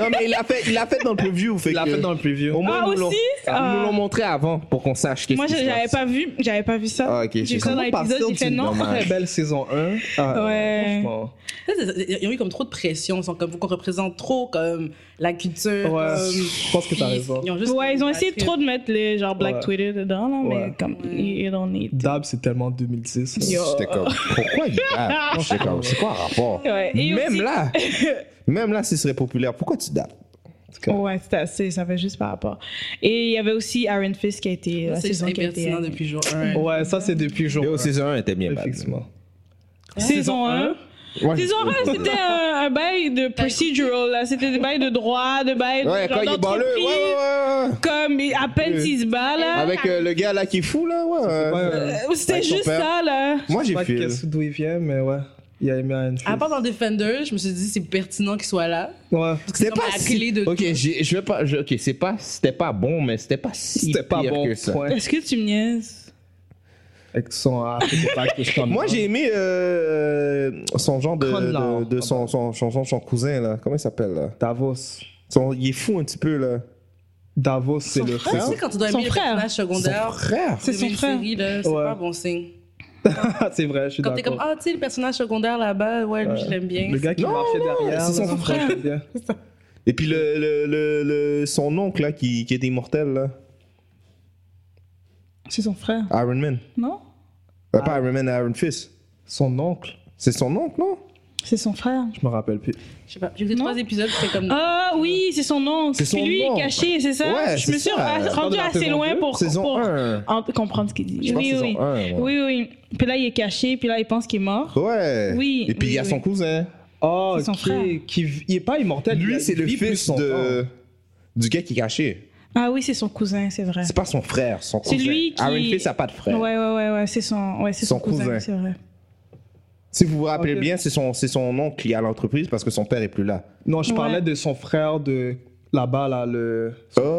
[SPEAKER 3] non, mais il l'a fait, il l'a fait dans le preview. Fait
[SPEAKER 2] Il l'a
[SPEAKER 3] que-
[SPEAKER 2] fait dans le preview.
[SPEAKER 3] Au moins,
[SPEAKER 1] Ah,
[SPEAKER 3] ils nous l'ont-
[SPEAKER 1] aussi?
[SPEAKER 3] ils nous
[SPEAKER 1] Ah.
[SPEAKER 3] l'ont montré avant pour qu'on sache qu'est-ce
[SPEAKER 1] Moi,
[SPEAKER 3] qui se
[SPEAKER 1] j'avais
[SPEAKER 3] passe.
[SPEAKER 1] pas vu, j'avais pas vu ça.
[SPEAKER 3] Ah, ok,
[SPEAKER 1] J'ai
[SPEAKER 3] c'est
[SPEAKER 1] vu ça
[SPEAKER 3] comme
[SPEAKER 1] dans
[SPEAKER 3] on parle
[SPEAKER 1] l'épisode, j'ai
[SPEAKER 3] sur
[SPEAKER 1] fait
[SPEAKER 3] du
[SPEAKER 1] non.
[SPEAKER 3] normal.
[SPEAKER 1] *laughs*
[SPEAKER 2] Ah, Très belle saison 1. Ah,
[SPEAKER 1] Ouais.
[SPEAKER 2] franchement.
[SPEAKER 5] Ça, c'est- c'est- Ils ont eu comme trop de pression. Ils sont comme, faut qu'on représente trop comme la culture.
[SPEAKER 2] Ouais,
[SPEAKER 5] comme-
[SPEAKER 2] je pense que t'as
[SPEAKER 5] Puis,
[SPEAKER 2] raison.
[SPEAKER 5] Ils ont juste.
[SPEAKER 1] Ouais, ils ont essayé trop de mettre les genre Black
[SPEAKER 2] Ouais.
[SPEAKER 1] Twitter dedans là, mais
[SPEAKER 2] Ouais.
[SPEAKER 1] comme ils don't need.
[SPEAKER 2] Dab, c'est tellement 2010.
[SPEAKER 1] Yo.
[SPEAKER 3] J'étais comme, pourquoi il date J'étais comme, c'est quoi le rapport
[SPEAKER 1] Ouais, et
[SPEAKER 3] Même
[SPEAKER 1] aussi-
[SPEAKER 3] là, même là, s'il serait populaire, pourquoi tu dates
[SPEAKER 1] Ouais, c'était assez, ça fait juste par rapport. Et il y avait aussi Iron Fist qui a été la
[SPEAKER 5] C'est
[SPEAKER 1] saison qui a été.
[SPEAKER 5] impertinent depuis jour 1.
[SPEAKER 2] Ouais, ça, c'est depuis jour.
[SPEAKER 3] Yo,
[SPEAKER 2] un,
[SPEAKER 3] saison 1 était bien bad.
[SPEAKER 2] Effectivement.
[SPEAKER 1] Saison 1.
[SPEAKER 3] Ouais,
[SPEAKER 1] Saison
[SPEAKER 3] j'ai-
[SPEAKER 1] 1, c'était un, un bail de procedural là, c'était des bails de droit, de bails de
[SPEAKER 3] Ouais,
[SPEAKER 1] genre
[SPEAKER 3] quand il est balleux, ouais,
[SPEAKER 1] d'entreprise,
[SPEAKER 3] ouais, ouais, ouais.
[SPEAKER 1] comme il- à peine
[SPEAKER 3] Ouais.
[SPEAKER 1] s'il se bat là.
[SPEAKER 3] Avec euh, le gars là qui est fou, là, ouais.
[SPEAKER 2] Ouais,
[SPEAKER 3] euh,
[SPEAKER 2] euh,
[SPEAKER 1] C'était
[SPEAKER 3] avec son
[SPEAKER 1] juste
[SPEAKER 3] père.
[SPEAKER 1] ça là.
[SPEAKER 3] Moi,
[SPEAKER 2] je sais
[SPEAKER 3] j'ai
[SPEAKER 2] pas
[SPEAKER 3] fait. euh,
[SPEAKER 2] qu'est-ce- d'où il vient, mais ouais. Il y a Amy Iron Fist.
[SPEAKER 5] À part dans Defender, je me suis dit c'est pertinent qu'il soit là.
[SPEAKER 2] Ouais.
[SPEAKER 5] Parce que
[SPEAKER 6] C'est
[SPEAKER 5] comme
[SPEAKER 6] pas
[SPEAKER 5] la
[SPEAKER 6] si-
[SPEAKER 5] clé de
[SPEAKER 6] Ok,
[SPEAKER 5] tout.
[SPEAKER 6] j'ai- je vais pas. je- ok, c'est pas. C'était pas bon, mais c'était pas si
[SPEAKER 2] C'était pas
[SPEAKER 6] pire
[SPEAKER 2] bon.
[SPEAKER 6] que ça.
[SPEAKER 2] Ouais.
[SPEAKER 1] Est-ce que tu me niaises?
[SPEAKER 2] Avec son ah, c'est pas que je t'en-
[SPEAKER 3] Moi, j'ai aimé euh, son genre de,
[SPEAKER 2] Cronlar.
[SPEAKER 3] de, de son, son, son, son, son cousin, là. Comment il s'appelle, là
[SPEAKER 2] Davos.
[SPEAKER 3] Son- Il est fou un petit peu, là.
[SPEAKER 2] Davos, c'est le
[SPEAKER 5] Ah, tu
[SPEAKER 2] frère.
[SPEAKER 5] sais, quand tu dois
[SPEAKER 1] Son
[SPEAKER 5] aimer les
[SPEAKER 1] frère.
[SPEAKER 5] personnages
[SPEAKER 3] Son
[SPEAKER 5] secondaires,
[SPEAKER 3] frère
[SPEAKER 1] C'est son
[SPEAKER 5] une
[SPEAKER 1] frère.
[SPEAKER 5] série, là, c'est
[SPEAKER 2] Ouais.
[SPEAKER 5] pas bon signe.
[SPEAKER 2] c'est vrai, je suis
[SPEAKER 5] Quand t'es
[SPEAKER 2] d'accord.
[SPEAKER 5] comme, ah, tu sais, le personnage secondaire là-bas, ouais, lui, je l'aime bien.
[SPEAKER 2] le gars qui
[SPEAKER 3] Non,
[SPEAKER 2] marchait derrière.
[SPEAKER 3] c'est son
[SPEAKER 2] là,
[SPEAKER 3] frère.
[SPEAKER 2] marchait bien.
[SPEAKER 3] Et puis, le, le, le, le- son oncle, là, qui, qui est immortel, là.
[SPEAKER 1] C'est son frère,
[SPEAKER 3] Iron Man.
[SPEAKER 1] non?
[SPEAKER 3] Euh, Pas Iron Man, Iron Fist.
[SPEAKER 2] Son oncle.
[SPEAKER 3] C'est son oncle, non
[SPEAKER 1] C'est son frère.
[SPEAKER 2] Je me rappelle plus.
[SPEAKER 5] Je sais pas, j'ai écouté
[SPEAKER 1] Non.
[SPEAKER 5] trois épisodes, c'est comme.
[SPEAKER 1] Ah oui, c'est son oncle.
[SPEAKER 3] C'est son
[SPEAKER 1] Puis lui il est
[SPEAKER 3] oncle.
[SPEAKER 1] caché, c'est ça?
[SPEAKER 3] Ouais,
[SPEAKER 1] je
[SPEAKER 3] c'est
[SPEAKER 1] me suis
[SPEAKER 3] ça.
[SPEAKER 1] rendu
[SPEAKER 3] C'est
[SPEAKER 2] pas de la
[SPEAKER 1] assez
[SPEAKER 2] saison
[SPEAKER 1] loin
[SPEAKER 2] deux,
[SPEAKER 1] pour,
[SPEAKER 3] Saison
[SPEAKER 1] pour
[SPEAKER 3] 1.
[SPEAKER 1] en- comprendre ce qu'il dit.
[SPEAKER 3] Je pense
[SPEAKER 1] oui,
[SPEAKER 3] que c'est
[SPEAKER 1] oui.
[SPEAKER 3] saison 1. Ouais.
[SPEAKER 1] oui, oui. Puis là, il est caché, puis là, il pense qu'il est mort.
[SPEAKER 3] Ouais.
[SPEAKER 1] Oui,
[SPEAKER 3] Et puis,
[SPEAKER 1] oui,
[SPEAKER 3] il y a
[SPEAKER 1] oui.
[SPEAKER 3] son cousin.
[SPEAKER 2] Oh,
[SPEAKER 1] C'est son
[SPEAKER 2] ok,
[SPEAKER 1] frère.
[SPEAKER 2] Qui, v- il est pas immortel. il
[SPEAKER 3] Lui,
[SPEAKER 2] a-
[SPEAKER 3] c'est
[SPEAKER 2] il
[SPEAKER 3] le
[SPEAKER 2] vit plus
[SPEAKER 3] fils
[SPEAKER 2] son temps.
[SPEAKER 3] de... du gars qui est caché.
[SPEAKER 1] Ah oui, c'est son cousin, c'est vrai.
[SPEAKER 3] C'est pas son frère, son
[SPEAKER 1] C'est
[SPEAKER 3] cousin.
[SPEAKER 1] lui qui-
[SPEAKER 3] Iron Fist n'a pas de frère.
[SPEAKER 1] Ouais, ouais, ouais, ouais, c'est son, ouais, c'est
[SPEAKER 3] Son
[SPEAKER 1] son, cousin,
[SPEAKER 3] cousin.
[SPEAKER 1] c'est vrai.
[SPEAKER 3] Si vous vous rappelez
[SPEAKER 2] Ok.
[SPEAKER 3] bien, c'est son, c'est son oncle qui est à l'entreprise parce que son père est plus là.
[SPEAKER 2] Non, je
[SPEAKER 1] Ouais.
[SPEAKER 2] parlais de son frère de là-bas, là, le.
[SPEAKER 3] Oh,
[SPEAKER 2] son frère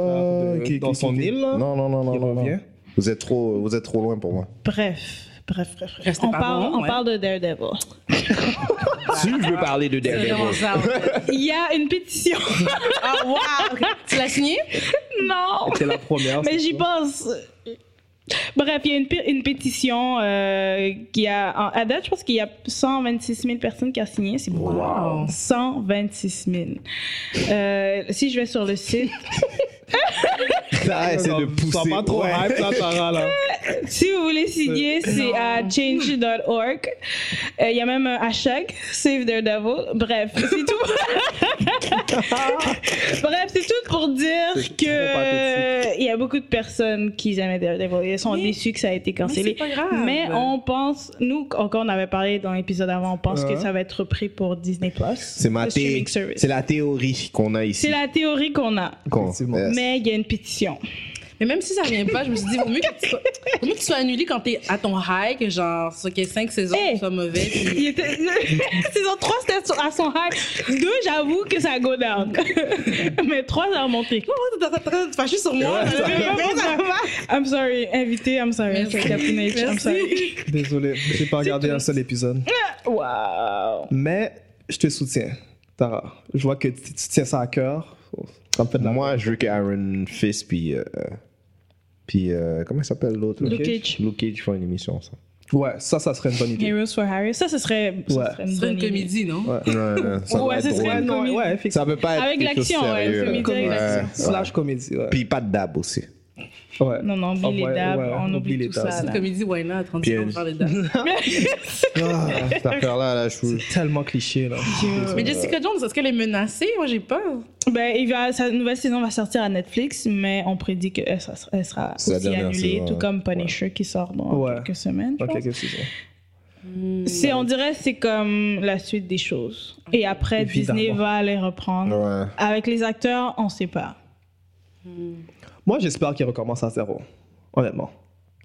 [SPEAKER 3] Euh,
[SPEAKER 2] de- dans son île, là.
[SPEAKER 3] Non, non, non, non,
[SPEAKER 2] qui
[SPEAKER 3] non, non.
[SPEAKER 2] revient.
[SPEAKER 3] Vous êtes trop, vous êtes trop loin pour moi.
[SPEAKER 1] Bref, bref, bref. bref.
[SPEAKER 5] Restez
[SPEAKER 1] On,
[SPEAKER 5] pas
[SPEAKER 1] parle,
[SPEAKER 5] bon,
[SPEAKER 1] on
[SPEAKER 5] ouais.
[SPEAKER 1] parle de Daredevil. *laughs* Ah,
[SPEAKER 6] Si je veux parler de
[SPEAKER 5] C'est
[SPEAKER 6] Daredevil.
[SPEAKER 3] *laughs*
[SPEAKER 5] vraiment ça. en fait.
[SPEAKER 1] Il y a une pétition. *laughs*
[SPEAKER 5] Ah, waouh! ok. Tu l'as signé?
[SPEAKER 1] non,
[SPEAKER 2] C'est la première.
[SPEAKER 1] mais
[SPEAKER 2] c'est
[SPEAKER 1] j'y
[SPEAKER 2] ça.
[SPEAKER 1] pense. Bref, il y a une, pé- une pétition euh, qui a. en- À date, je pense qu'il y a 126 000 personnes qui ont signé. C'est beaucoup. 126 000. Euh, si je vais sur le site.
[SPEAKER 3] Ça, essaie de
[SPEAKER 2] Ils sont
[SPEAKER 3] pousser.
[SPEAKER 2] pas trop
[SPEAKER 3] Ouais.
[SPEAKER 2] hype, là, Tara, là.
[SPEAKER 1] Si vous voulez signer, c'est à change.org. Euh, Il y a même un hashtag, Save Daredevil. Bref, c'est tout. Bref, c'est tout pour dire
[SPEAKER 2] C'est trop pathétique.
[SPEAKER 1] que il y a beaucoup de personnes qui aimaient Daredevil. Ils sont
[SPEAKER 5] Mais-
[SPEAKER 1] déçus que ça a été
[SPEAKER 5] Mais c'est
[SPEAKER 1] cancellé.
[SPEAKER 5] pas
[SPEAKER 2] Ah,
[SPEAKER 5] grave.
[SPEAKER 2] ben.
[SPEAKER 1] Mais on pense, nous, encore on avait parlé dans l'épisode avant, on pense
[SPEAKER 2] Ouais.
[SPEAKER 1] que ça va être repris pour Disney Plus.
[SPEAKER 3] C'est ma thé-
[SPEAKER 1] streaming service.
[SPEAKER 3] C'est la théorie qu'on a ici.
[SPEAKER 1] C'est la théorie qu'on a.
[SPEAKER 3] Qu'on-
[SPEAKER 2] Effectivement.
[SPEAKER 3] yes.
[SPEAKER 1] Mais il y a une pétition.
[SPEAKER 5] Mais même si ça vient pas, je me suis dit, vaut mieux que tu sois, vaut mieux que tu sois annulé quand t'es à ton high, que genre, ça qu'il y a cinq saisons,
[SPEAKER 1] Hey.
[SPEAKER 5] tu sois mauvais. puis-
[SPEAKER 1] *laughs* Il était... saison 3, c'était sur- à son hype. 2, j'avoue que ça go down. *laughs* Mais 3, ça a remonté.
[SPEAKER 2] *laughs*
[SPEAKER 5] T'es en train de te fâcher sur moi. là.
[SPEAKER 1] I'm sorry, invité, I'm sorry.
[SPEAKER 5] Merci.
[SPEAKER 1] Captain H, I'm
[SPEAKER 5] Merci.
[SPEAKER 1] sorry.
[SPEAKER 2] *laughs* Désolé, j'ai pas regardé un
[SPEAKER 1] tout.
[SPEAKER 2] seul épisode.
[SPEAKER 1] Wow.
[SPEAKER 2] Mais je te soutiens, Tara. Je vois que tu tu tiens ça à cœur. Ça me fait de la
[SPEAKER 3] Moi, je veux que Iron Fist puis euh, puis euh, comment il s'appelle l'autre là?
[SPEAKER 1] Luke Cage.
[SPEAKER 3] Luke Cage font une émission ça.
[SPEAKER 2] Ouais, ça, ça serait une bonne idée.
[SPEAKER 1] Heroes for Harry. Ça, ce serait, ça
[SPEAKER 2] Ouais.
[SPEAKER 1] serait
[SPEAKER 5] Ce
[SPEAKER 1] une
[SPEAKER 5] serait
[SPEAKER 1] bonne
[SPEAKER 5] une
[SPEAKER 1] idée.
[SPEAKER 5] comédie, non?
[SPEAKER 3] Ouais, ouais, ça doit
[SPEAKER 1] Ouais,
[SPEAKER 3] être
[SPEAKER 1] ce serait
[SPEAKER 3] drôle.
[SPEAKER 1] une comédie.
[SPEAKER 2] ouais, effectivement.
[SPEAKER 3] Ça peut pas être
[SPEAKER 1] Avec
[SPEAKER 3] quelque chose de
[SPEAKER 1] l'action, ouais,
[SPEAKER 3] sérieux,
[SPEAKER 1] c'est
[SPEAKER 3] là.
[SPEAKER 1] une idée avec
[SPEAKER 3] Ouais.
[SPEAKER 1] l'action.
[SPEAKER 2] Slash comédie, ouais.
[SPEAKER 3] Puis pas de dab aussi.
[SPEAKER 2] Ouais.
[SPEAKER 1] Non, non, oublie
[SPEAKER 2] Ah, ouais,
[SPEAKER 1] les dabs,
[SPEAKER 2] ouais,
[SPEAKER 1] on oublie,
[SPEAKER 2] oublie les
[SPEAKER 1] tout
[SPEAKER 2] dabs.
[SPEAKER 1] ça.
[SPEAKER 2] C'est
[SPEAKER 5] Une
[SPEAKER 1] là.
[SPEAKER 5] comédie, why not? 36 ans, on
[SPEAKER 3] Puis-
[SPEAKER 5] parle de
[SPEAKER 1] *laughs*
[SPEAKER 5] dames.
[SPEAKER 3] Ah, cette affaire-là, là, je vous...
[SPEAKER 2] C'est tellement cliché, là.
[SPEAKER 5] Mais Jessica Jones, est-ce qu'elle est menacée? Moi, j'ai peur.
[SPEAKER 1] Ben, il va, sa nouvelle saison va sortir à Netflix, mais on prédit qu'elle sera, elle sera
[SPEAKER 3] C'est la
[SPEAKER 1] aussi
[SPEAKER 3] dernière
[SPEAKER 1] annulée,
[SPEAKER 3] saison,
[SPEAKER 1] tout
[SPEAKER 3] ouais.
[SPEAKER 1] comme Punisher qui sort dans
[SPEAKER 2] Ouais.
[SPEAKER 1] quelques semaines. je
[SPEAKER 2] Ok,
[SPEAKER 1] pense.
[SPEAKER 2] ok, c'est ça.
[SPEAKER 1] C'est, on dirait c'est comme la suite des choses. Et après,
[SPEAKER 2] Évidemment.
[SPEAKER 1] Disney va les reprendre.
[SPEAKER 3] Ouais.
[SPEAKER 1] Avec les acteurs, on sait pas.
[SPEAKER 2] Moi, j'espère qu'ils recommencent à zéro. Honnêtement.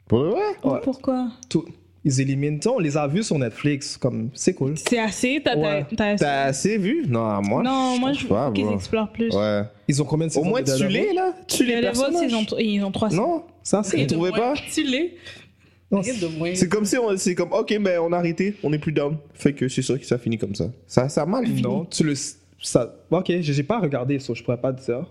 [SPEAKER 3] Pour de vrai?
[SPEAKER 2] Ouais.
[SPEAKER 1] Oh, Pourquoi
[SPEAKER 2] Tout- Ils éliminent. tu sais, On les a vus sur Netflix, comme c'est cool.
[SPEAKER 1] C'est assez t'as,
[SPEAKER 2] Ouais.
[SPEAKER 1] t'as- t'as-
[SPEAKER 3] T'as assez vu? Non, moi,
[SPEAKER 1] Non,
[SPEAKER 3] je
[SPEAKER 1] moi,
[SPEAKER 3] trouve
[SPEAKER 1] je
[SPEAKER 3] pas,
[SPEAKER 1] veux qu'ils
[SPEAKER 3] moi.
[SPEAKER 1] explorent plus.
[SPEAKER 3] Ouais.
[SPEAKER 2] Ils ont combien de
[SPEAKER 3] Au
[SPEAKER 2] saisons
[SPEAKER 3] moins,
[SPEAKER 2] de Daredevil
[SPEAKER 3] tu l'es, là? Tu
[SPEAKER 1] Les
[SPEAKER 3] l'es,
[SPEAKER 1] Daredevil,
[SPEAKER 3] personnages?
[SPEAKER 1] ils ont, ils ont trois
[SPEAKER 3] Non?
[SPEAKER 2] Ça, c'est.
[SPEAKER 3] Vous trouvez pas?
[SPEAKER 5] Tu l'es.
[SPEAKER 2] Non,
[SPEAKER 5] Arrête de moins.
[SPEAKER 3] C'est comme si on... C'est comme, OK, ben, on a arrêté, on est plus down. Fait que c'est ça que ça finit comme ça. Ça, ça a mal fini.
[SPEAKER 2] Non, tu le. Ça... Ok, j'ai j'ai pas regardé, ça, je pourrais pas te
[SPEAKER 1] *laughs*
[SPEAKER 2] dire.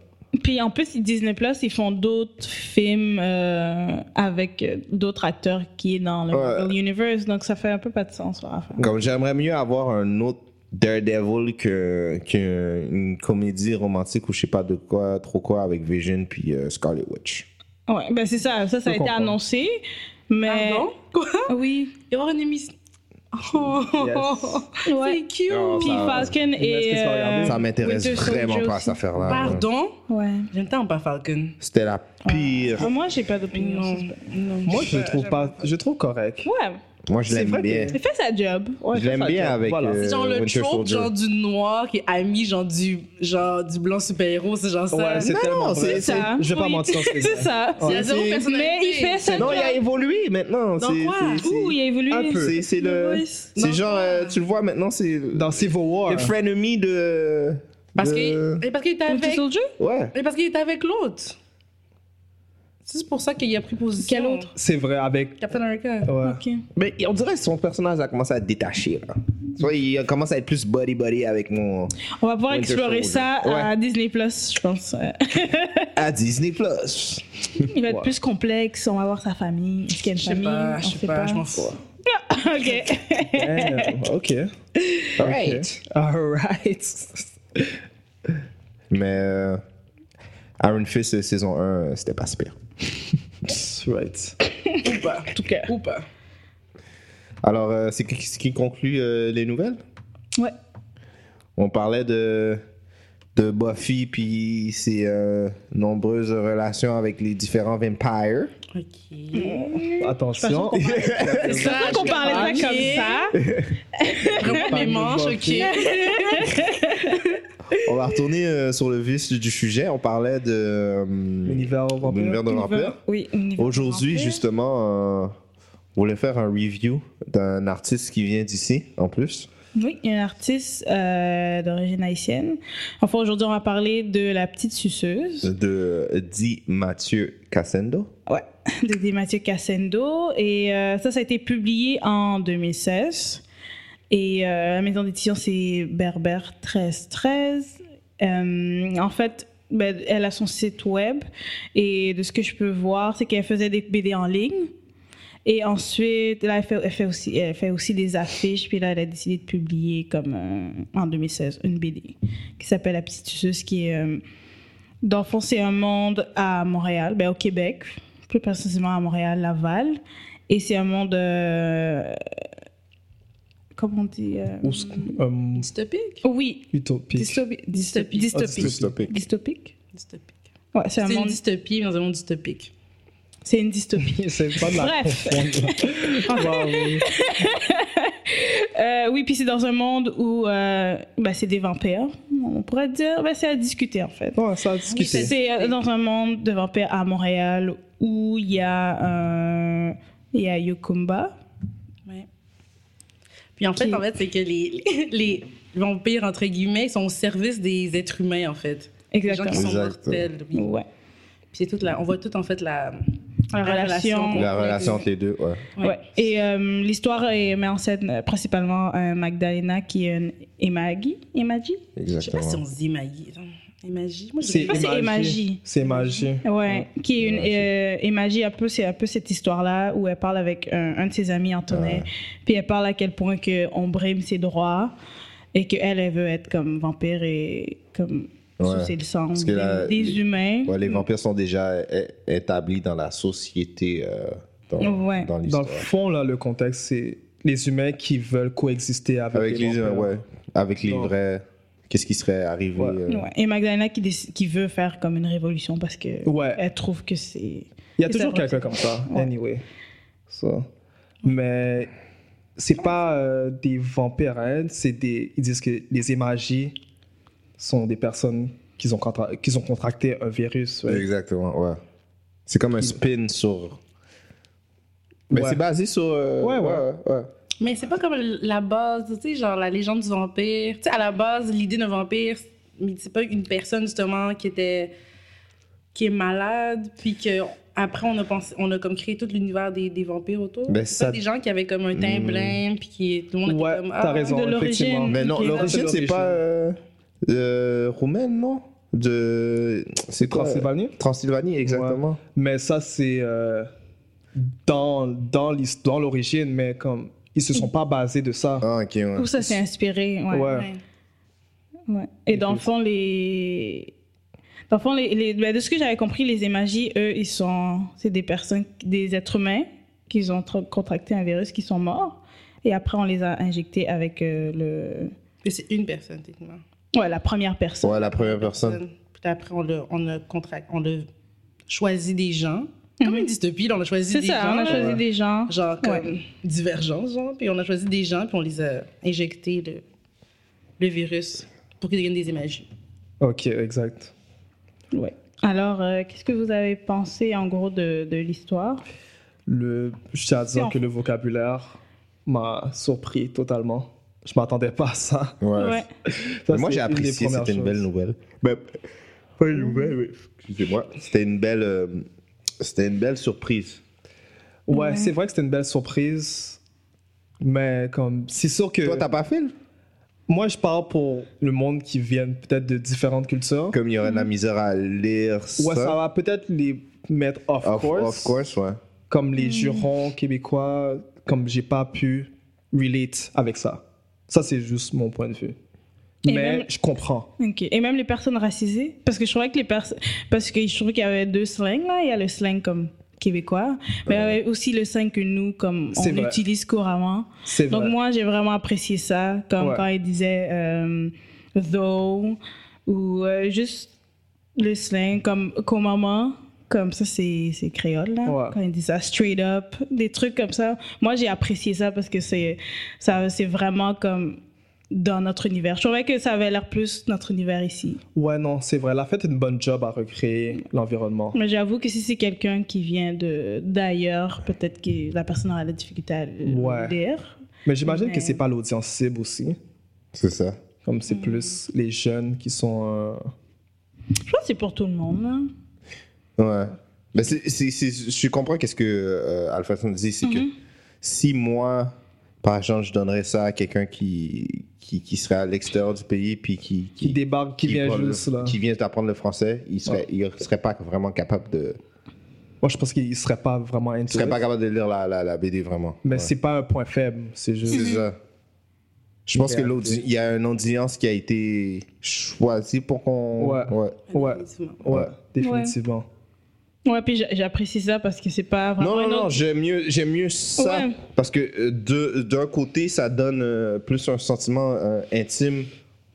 [SPEAKER 1] Puis en plus, Disney Plus, ils font d'autres films euh, avec euh, d'autres acteurs qui est dans le
[SPEAKER 3] Ouais.
[SPEAKER 1] Marvel Universe, donc ça fait un peu pas de sens. leur affaire.
[SPEAKER 3] Comme j'aimerais mieux avoir un autre Daredevil que, que une comédie romantique ou je sais pas de quoi, trop quoi avec Vision puis euh, Scarlet Witch.
[SPEAKER 1] Ouais, ben c'est ça, ça, ça a été
[SPEAKER 2] Je comprends.
[SPEAKER 1] annoncé, mais.
[SPEAKER 5] Pardon? Quoi?
[SPEAKER 1] Oui.
[SPEAKER 5] Il va y avoir une émission. Oh,
[SPEAKER 1] Ouais.
[SPEAKER 5] c'est cute.
[SPEAKER 3] Non,
[SPEAKER 1] Puis
[SPEAKER 3] ça-
[SPEAKER 1] Falcon
[SPEAKER 2] est-ce que
[SPEAKER 1] et. euh,
[SPEAKER 2] ça va regarder?
[SPEAKER 3] Ça m'intéresse
[SPEAKER 1] Winter Soldier
[SPEAKER 3] vraiment pas
[SPEAKER 1] aussi.
[SPEAKER 3] cette affaire-là.
[SPEAKER 5] Pardon?
[SPEAKER 1] Ouais.
[SPEAKER 5] J'aime tant pas Falcon.
[SPEAKER 3] C'était la pire.
[SPEAKER 1] Ah, Moi, j'ai pas d'opinion.
[SPEAKER 5] Non,
[SPEAKER 1] sur ce-
[SPEAKER 5] non.
[SPEAKER 3] Euh,
[SPEAKER 2] Moi, je le trouve pas. Je le trouve correct.
[SPEAKER 1] Ouais.
[SPEAKER 3] Moi, je
[SPEAKER 2] C'est
[SPEAKER 3] l'aime
[SPEAKER 2] vrai
[SPEAKER 3] bien.
[SPEAKER 2] que-
[SPEAKER 1] Il fait sa job.
[SPEAKER 2] Ouais,
[SPEAKER 3] Je l'aime
[SPEAKER 2] ça,
[SPEAKER 3] bien
[SPEAKER 2] genre,
[SPEAKER 3] avec.
[SPEAKER 2] voilà.
[SPEAKER 3] euh,
[SPEAKER 2] C'est
[SPEAKER 5] C'est genre le
[SPEAKER 3] Winter
[SPEAKER 5] trope
[SPEAKER 3] Soldier.
[SPEAKER 5] genre du noir qui est ami genre du genre du blanc super-héros, c'est genre ça.
[SPEAKER 2] Ouais, c'est
[SPEAKER 3] Non,
[SPEAKER 2] tellement
[SPEAKER 3] non,
[SPEAKER 2] vrai.
[SPEAKER 3] c'est- c'est-
[SPEAKER 1] Ça.
[SPEAKER 2] Je vais pas
[SPEAKER 1] Oui.
[SPEAKER 2] mentir,
[SPEAKER 1] *laughs*
[SPEAKER 2] c'est
[SPEAKER 1] C'est
[SPEAKER 2] vrai.
[SPEAKER 1] ça.
[SPEAKER 5] Il y a zéro
[SPEAKER 2] c'est-
[SPEAKER 5] personnalité.
[SPEAKER 1] Mais il fait sa
[SPEAKER 3] Non, il a
[SPEAKER 1] job.
[SPEAKER 3] évolué maintenant.
[SPEAKER 5] Dans
[SPEAKER 3] c'est-
[SPEAKER 5] quoi
[SPEAKER 3] c'est- c'est-
[SPEAKER 1] Ah, Ouh, il a évolué.
[SPEAKER 2] Un peu.
[SPEAKER 3] C'est c'est le. C'est
[SPEAKER 5] Dans
[SPEAKER 3] genre,
[SPEAKER 5] quoi
[SPEAKER 3] euh, tu le vois maintenant, c'est le
[SPEAKER 2] Dans Civil War.
[SPEAKER 3] frenemy E de.
[SPEAKER 2] hein.
[SPEAKER 5] Parce
[SPEAKER 3] de-
[SPEAKER 5] que et parce qu'il était
[SPEAKER 1] Winter
[SPEAKER 5] avec
[SPEAKER 1] Soldier?
[SPEAKER 3] Ouais.
[SPEAKER 5] et parce qu'il était avec l'autre. C'est pour ça qu'il a pris position.
[SPEAKER 1] Quel autre?
[SPEAKER 2] C'est vrai, avec.
[SPEAKER 5] Captain America.
[SPEAKER 2] Ouais.
[SPEAKER 1] Ok.
[SPEAKER 3] Mais on dirait que son personnage a commencé à détacher. Là. Tu vois, il commence à être plus buddy-buddy avec mon.
[SPEAKER 1] On va pouvoir
[SPEAKER 3] Winter
[SPEAKER 1] explorer ça
[SPEAKER 3] Soldier.
[SPEAKER 1] à Disney Plus, je pense. Euh,
[SPEAKER 3] à Disney Plus.
[SPEAKER 1] Il va être plus complexe. On va voir sa famille. Est-ce qu'il y a une
[SPEAKER 5] Je sais
[SPEAKER 1] famille?
[SPEAKER 5] pas,
[SPEAKER 1] On
[SPEAKER 5] je
[SPEAKER 1] sait
[SPEAKER 5] sais pas,
[SPEAKER 1] *laughs*
[SPEAKER 5] je m'en fous.
[SPEAKER 1] Ok.
[SPEAKER 2] Damn, ok.
[SPEAKER 3] Alright.
[SPEAKER 2] Alright.
[SPEAKER 3] Mais euh, Iron Fist euh, saison 1, euh, c'était pas super.
[SPEAKER 2] Right.
[SPEAKER 5] Ou pas.
[SPEAKER 1] En tout *laughs* cas.
[SPEAKER 5] Ou pas.
[SPEAKER 3] Alors, euh, c'est qui- ce qui conclut euh, les nouvelles
[SPEAKER 1] Ouais.
[SPEAKER 3] On parlait de, de Buffy puis ses euh, nombreuses relations avec les différents vampires.
[SPEAKER 5] OK.
[SPEAKER 2] Attention. *laughs*
[SPEAKER 5] C'est
[SPEAKER 1] C'est vrai qu'on parlait de ça comme ça.
[SPEAKER 5] Vraiment
[SPEAKER 2] Pas
[SPEAKER 5] mes
[SPEAKER 2] de
[SPEAKER 5] manches,
[SPEAKER 2] gentil.
[SPEAKER 5] OK.
[SPEAKER 3] On va retourner euh, sur le vif du sujet. On parlait de euh,
[SPEAKER 2] L'univers
[SPEAKER 3] de l'univers de vampires.
[SPEAKER 1] Oui. univers
[SPEAKER 3] Aujourd'hui,
[SPEAKER 1] vampire.
[SPEAKER 3] justement, euh, on voulait faire un review d'un artiste qui vient d'ici, en plus.
[SPEAKER 1] Oui, une artiste euh, d'origine haïtienne. Enfin, aujourd'hui, on va parler de la petite suceuse
[SPEAKER 3] de Di Mathieu Cassendo.
[SPEAKER 1] *laughs* de Di Mathieu Cassendo. Et euh, ça, ça a été publié en 2016. Et euh, la maison d'édition, c'est Berber 1313. Euh, en fait, ben, elle a son site web. Et de ce que je peux voir, c'est qu'elle faisait des BD en ligne. Et ensuite, là, elle fait, elle fait aussi, elle fait aussi des affiches. Puis là, elle a décidé de publier, comme euh, en 2016, une BD qui s'appelle La Petite Suceuse, qui est, euh, dans le fond, c'est un monde à Montréal, ben, au Québec, plus précisément à Montréal, Laval. Et c'est un monde. euh, comment on dit euh,
[SPEAKER 2] Ou ce- euh,
[SPEAKER 5] Dystopique.
[SPEAKER 1] Oui,
[SPEAKER 2] utopique.
[SPEAKER 1] dystopi- dystopi-
[SPEAKER 5] Dystopique.
[SPEAKER 2] Ah,
[SPEAKER 1] dystopique.
[SPEAKER 2] dystopique.
[SPEAKER 1] Dystopique.
[SPEAKER 5] Dystopique.
[SPEAKER 1] Ouais, c'est un
[SPEAKER 5] C'est une
[SPEAKER 1] monde.
[SPEAKER 5] dystopie dans un monde dystopique.
[SPEAKER 1] C'est une dystopie.
[SPEAKER 2] *laughs* C'est pas de la
[SPEAKER 1] Bref.
[SPEAKER 2] confondre. Wow, oui.
[SPEAKER 1] *laughs* Euh, oui, puis c'est dans un monde où euh, bah, c'est des vampires. On pourrait dire, bah, c'est à discuter en fait.
[SPEAKER 2] Ouais, ça a discuté.
[SPEAKER 1] C'est euh, dans un monde de vampires à Montréal où il y a euh, il y a Yokumba.
[SPEAKER 5] Ouais. Puis en fait,
[SPEAKER 1] Qui-
[SPEAKER 5] en fait, c'est que les, les vampires, entre guillemets, sont au service des êtres humains, en fait. Des gens qui
[SPEAKER 1] Exactement.
[SPEAKER 5] sont
[SPEAKER 3] Exactement.
[SPEAKER 5] mortels. oui.
[SPEAKER 1] Ouais.
[SPEAKER 5] Puis c'est toute la, on voit tout, en fait, la,
[SPEAKER 1] La relation.
[SPEAKER 5] qu'on-
[SPEAKER 3] La relation entre les deux, ouais.
[SPEAKER 5] Ouais.
[SPEAKER 1] Ouais. Et euh, l'histoire est- met en scène euh, principalement euh, Magdalena qui est une Emagi. Emagi?
[SPEAKER 5] Je sais pas si on
[SPEAKER 3] Exactement.
[SPEAKER 5] se dit magie. Magie? Moi, je
[SPEAKER 2] C'est
[SPEAKER 5] sais
[SPEAKER 1] pas, c'est
[SPEAKER 2] émagie.
[SPEAKER 1] émagie.
[SPEAKER 2] C'est magie.
[SPEAKER 1] Ouais, qui est une euh, Imagi, un peu c'est un peu cette histoire là où elle parle avec un, un de ses amis Antonin, puis elle parle à quel point que on brime ses droits et que elle, elle veut être comme vampire et comme
[SPEAKER 3] Ouais.
[SPEAKER 1] sucer le sang
[SPEAKER 3] Parce que
[SPEAKER 1] des,
[SPEAKER 3] la-
[SPEAKER 1] des
[SPEAKER 3] les-
[SPEAKER 1] humains.
[SPEAKER 3] Ouais, les vampires sont déjà é- établis dans la société, euh, dans,
[SPEAKER 1] Ouais.
[SPEAKER 3] dans
[SPEAKER 2] Dans
[SPEAKER 3] l'histoire.
[SPEAKER 2] le fond, là, le contexte, c'est les humains qui veulent coexister avec,
[SPEAKER 3] Avec les,
[SPEAKER 2] vampires.
[SPEAKER 3] ouais, avec les
[SPEAKER 2] Non.
[SPEAKER 3] vrais. Qu'est-ce qui serait arrivé
[SPEAKER 2] Ouais.
[SPEAKER 3] euh,
[SPEAKER 1] Ouais. Et Magdalena qui, déc- qui veut faire comme une révolution parce que
[SPEAKER 2] Ouais.
[SPEAKER 1] elle trouve que c'est
[SPEAKER 2] Il y a
[SPEAKER 1] Et
[SPEAKER 2] toujours
[SPEAKER 1] ça
[SPEAKER 2] quelqu'un comme ça,
[SPEAKER 1] Ouais.
[SPEAKER 2] anyway. Ça. Mais c'est pas euh, des vampires, hein, c'est des. Ils disent que les émagis sont des personnes qui ont, contra- qu'ils ont contracté un virus. ouais.
[SPEAKER 3] Exactement, ouais. C'est comme un spin sur. Mais
[SPEAKER 2] Ouais.
[SPEAKER 3] c'est basé sur. euh,
[SPEAKER 2] Ouais, ouais.
[SPEAKER 3] ouais.
[SPEAKER 5] Mais c'est pas comme la base, tu sais, genre la légende du vampire. Tu sais, à la base, l'idée d'un vampire, mais c'est pas une personne justement qui était. qui est malade, puis que. Après, on a, pensé, on a comme créé tout l'univers des, des vampires autour.
[SPEAKER 3] Ben,
[SPEAKER 5] C'est pas
[SPEAKER 3] ça-
[SPEAKER 5] des gens qui avaient comme un teint
[SPEAKER 3] Hmm.
[SPEAKER 5] blême, puis qui tout le monde était
[SPEAKER 2] Ouais,
[SPEAKER 5] comme,
[SPEAKER 2] t'as
[SPEAKER 5] ah,
[SPEAKER 2] raison,
[SPEAKER 1] de l'origine.
[SPEAKER 2] effectivement.
[SPEAKER 3] Mais non,
[SPEAKER 1] Ok.
[SPEAKER 3] l'origine, c'est
[SPEAKER 2] hein, L'origine.
[SPEAKER 3] pas euh, euh, roumaine, non De. C'est euh, quoi
[SPEAKER 2] Transylvanie?
[SPEAKER 3] Transylvanie, exactement.
[SPEAKER 2] Mais ça, c'est euh, dans, dans l'his- dans l'origine, mais comme. Ils se sont pas basés de ça.
[SPEAKER 3] Ah, ok, ouais.
[SPEAKER 1] tout ça c'est inspiré. ouais.
[SPEAKER 2] Ouais.
[SPEAKER 5] Ouais.
[SPEAKER 1] Ouais. Et dans le fond, les. Dans le fond, les, les- ben, de ce que j'avais compris, les émagis, eux, ils sont. C'est des personnes, des êtres humains qui ont tra- contracté un virus, qui sont morts. Et après, on les a injectés avec euh, le.
[SPEAKER 5] Mais c'est une personne, techniquement.
[SPEAKER 1] Ouais, la première personne.
[SPEAKER 3] Ouais, la première personne.
[SPEAKER 5] Puis après, on a, on a, contract- on a choisi des gens Comme une dystopie, là, on a choisi
[SPEAKER 1] Mhm. C'est
[SPEAKER 5] des
[SPEAKER 1] ça,
[SPEAKER 5] gens.
[SPEAKER 1] on a choisi des gens.
[SPEAKER 5] genre comme
[SPEAKER 1] Ouais.
[SPEAKER 5] divergence, genre, puis on a choisi des gens, puis on les a injectés le, le virus pour qu'ils deviennent des images.
[SPEAKER 2] Ok, exact.
[SPEAKER 1] Ouais. Alors, euh, qu'est-ce que vous avez pensé en gros de, de l'histoire
[SPEAKER 2] Le, je tiens à
[SPEAKER 1] Si
[SPEAKER 2] dire
[SPEAKER 1] on-
[SPEAKER 2] que le vocabulaire m'a surpris totalement. Je m'attendais pas à ça.
[SPEAKER 1] Ouais.
[SPEAKER 2] Ça,
[SPEAKER 3] moi,
[SPEAKER 2] c'est
[SPEAKER 3] j'ai
[SPEAKER 2] une des
[SPEAKER 3] apprécié,
[SPEAKER 2] premières
[SPEAKER 3] c'était une belle
[SPEAKER 2] choses. Bah,
[SPEAKER 3] nouvelle. Ben, pas une nouvelle, mais- excusez-moi. C'était une belle, euh, c'était une belle surprise.
[SPEAKER 2] Ouais, c'est vrai que c'était une belle surprise. Mais comme, c'est sûr que.
[SPEAKER 3] Toi, t'as pas fait? là?
[SPEAKER 2] Moi, je parle pour le monde qui vient peut-être de différentes cultures.
[SPEAKER 3] Comme il y aurait de la misère à lire ça.
[SPEAKER 2] Ouais, ça va peut-être les mettre off,
[SPEAKER 3] Of,
[SPEAKER 2] course,
[SPEAKER 3] of course, ouais.
[SPEAKER 2] Comme
[SPEAKER 1] Hmm.
[SPEAKER 2] les jurons québécois, comme j'ai pas pu relate avec ça. Ça, c'est juste mon point de vue.
[SPEAKER 1] Et
[SPEAKER 2] Mais
[SPEAKER 1] même-
[SPEAKER 2] je comprends.
[SPEAKER 1] Ok. Et même les personnes racisées Parce que je trouvais que les personnes. Parce que je trouvais qu'il y avait deux slangs, là. Il y a le slang comme québécois, mais il y avait aussi le slang que nous, comme on
[SPEAKER 2] Euh. C'est vrai.
[SPEAKER 1] utilise couramment.
[SPEAKER 2] C'est vrai.
[SPEAKER 1] Donc moi, j'ai vraiment apprécié ça, comme
[SPEAKER 2] Ouais.
[SPEAKER 1] quand il disait euh, though ou euh, juste le slang comme comment comme ça c'est c'est créole là
[SPEAKER 2] Ouais.
[SPEAKER 1] quand il dit ça straight up des trucs comme ça moi j'ai apprécié ça parce que c'est ça c'est vraiment comme dans notre univers je trouvais que ça avait l'air plus notre univers ici
[SPEAKER 2] Ouais, non, c'est vrai. La fête est une bonne job à recréer l'environnement.
[SPEAKER 1] mais j'avoue que si c'est quelqu'un qui vient de d'ailleurs peut-être que la personne aura la difficulté à le
[SPEAKER 2] Ouais.
[SPEAKER 1] dire
[SPEAKER 2] Mais j'imagine
[SPEAKER 1] Mais-
[SPEAKER 2] que c'est pas l'audience cible aussi.
[SPEAKER 3] C'est ça.
[SPEAKER 2] Comme
[SPEAKER 1] Hmm.
[SPEAKER 2] c'est plus les jeunes qui sont. euh,
[SPEAKER 1] je pense que c'est pour tout le monde hein.
[SPEAKER 3] Ouais. Mais c'est, c'est- c'est- je comprends qu'est-ce que euh, Alpha Sam dit, c'est
[SPEAKER 2] Mm-hmm.
[SPEAKER 3] que si moi, par exemple, je donnerais ça à quelqu'un qui, qui, qui serait à l'extérieur du pays, puis qui,
[SPEAKER 2] qui débarquent, qui, viennent
[SPEAKER 3] parle-
[SPEAKER 2] juste là.
[SPEAKER 3] qui vient d'apprendre le français, il serait,
[SPEAKER 2] Ouais.
[SPEAKER 3] il serait pas vraiment capable de,
[SPEAKER 2] Moi, je pense qu'ils seraient pas vraiment
[SPEAKER 3] il serait
[SPEAKER 2] intéressés.
[SPEAKER 3] pas capable de lire la, la, la BD vraiment.
[SPEAKER 2] Mais
[SPEAKER 3] Ouais.
[SPEAKER 2] c'est pas un point faible. C'est juste.
[SPEAKER 3] C'est ça. Je pense que
[SPEAKER 2] Idéal.
[SPEAKER 3] l'audi- il y a une audience qui a été choisie pour qu'on.
[SPEAKER 2] Ouais. Ouais,
[SPEAKER 5] Définitivement.
[SPEAKER 2] ouais, définitivement.
[SPEAKER 1] Ouais, puis j'a- j'apprécie ça parce que c'est pas vraiment.
[SPEAKER 3] Non, non,
[SPEAKER 1] une
[SPEAKER 3] non,
[SPEAKER 1] autre-
[SPEAKER 3] j'aime mieux, j'aime mieux ça.
[SPEAKER 1] Ouais.
[SPEAKER 3] Parce que euh, de- d'un côté, ça donne euh, plus un sentiment euh, intime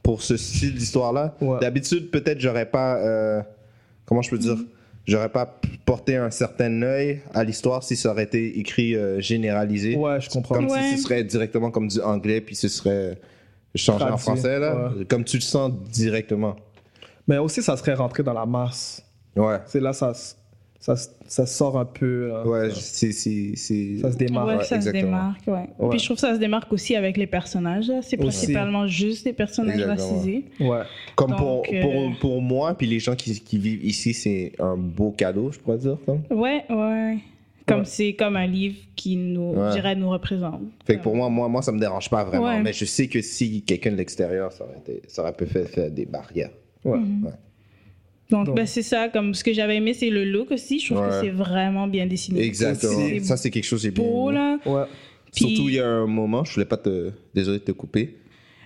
[SPEAKER 3] pour ce style d'histoire-là.
[SPEAKER 2] Ouais.
[SPEAKER 3] D'habitude, peut-être, j'aurais pas. euh, comment je peux dire J'aurais pas p- porté un certain œil à l'histoire si ça aurait été écrit euh, généralisé.
[SPEAKER 2] Ouais, je comprends.
[SPEAKER 3] Comme
[SPEAKER 1] Ouais.
[SPEAKER 3] si ce serait directement comme du anglais, puis ce serait changé en
[SPEAKER 2] Traduit,
[SPEAKER 3] français, là. Comme tu le sens directement.
[SPEAKER 2] Mais aussi, ça serait rentré dans la masse.
[SPEAKER 3] Ouais.
[SPEAKER 2] C'est là, ça, s- ça, s- ça sort un peu. là.
[SPEAKER 3] Ouais,
[SPEAKER 2] ça,
[SPEAKER 3] c'est. c'est- c'est-
[SPEAKER 2] ça se démarre.
[SPEAKER 1] Ouais,
[SPEAKER 3] ouais,
[SPEAKER 1] ça
[SPEAKER 3] exactement.
[SPEAKER 1] se démarque, ouais.
[SPEAKER 2] Ouais.
[SPEAKER 1] Puis je trouve que ça se démarque aussi avec les personnages. là. C'est
[SPEAKER 2] Aussi.
[SPEAKER 1] principalement juste des personnages
[SPEAKER 3] Exactement.
[SPEAKER 1] racisés.
[SPEAKER 2] Ouais.
[SPEAKER 3] Comme
[SPEAKER 1] Donc,
[SPEAKER 3] pour,
[SPEAKER 1] euh,
[SPEAKER 3] pour, pour moi, puis les gens qui, qui vivent ici, c'est un beau cadeau, je pourrais dire. Comme.
[SPEAKER 1] Ouais, ouais. Comme
[SPEAKER 2] Ouais.
[SPEAKER 1] c'est comme un livre qui nous,
[SPEAKER 3] Ouais.
[SPEAKER 1] je dirais, nous représente.
[SPEAKER 3] Fait que pour moi, moi, moi, ça me dérange pas vraiment.
[SPEAKER 1] Ouais.
[SPEAKER 3] Mais je sais que si quelqu'un de l'extérieur, ça aurait, été, ça aurait pu faire, faire des barrières.
[SPEAKER 2] Ouais.
[SPEAKER 1] Donc,
[SPEAKER 2] Donc.
[SPEAKER 1] ben, c'est ça. Comme ce que j'avais aimé, c'est le look aussi. Je trouve
[SPEAKER 3] Ouais.
[SPEAKER 1] que c'est vraiment bien dessiné.
[SPEAKER 3] Exactement.
[SPEAKER 1] C'est
[SPEAKER 3] Ça, c'est quelque chose que j'ai bien
[SPEAKER 1] beau
[SPEAKER 3] aimé.
[SPEAKER 1] là.
[SPEAKER 2] Ouais.
[SPEAKER 1] Puis-
[SPEAKER 3] Surtout, il y a un moment, je voulais pas te. Désolé de te couper.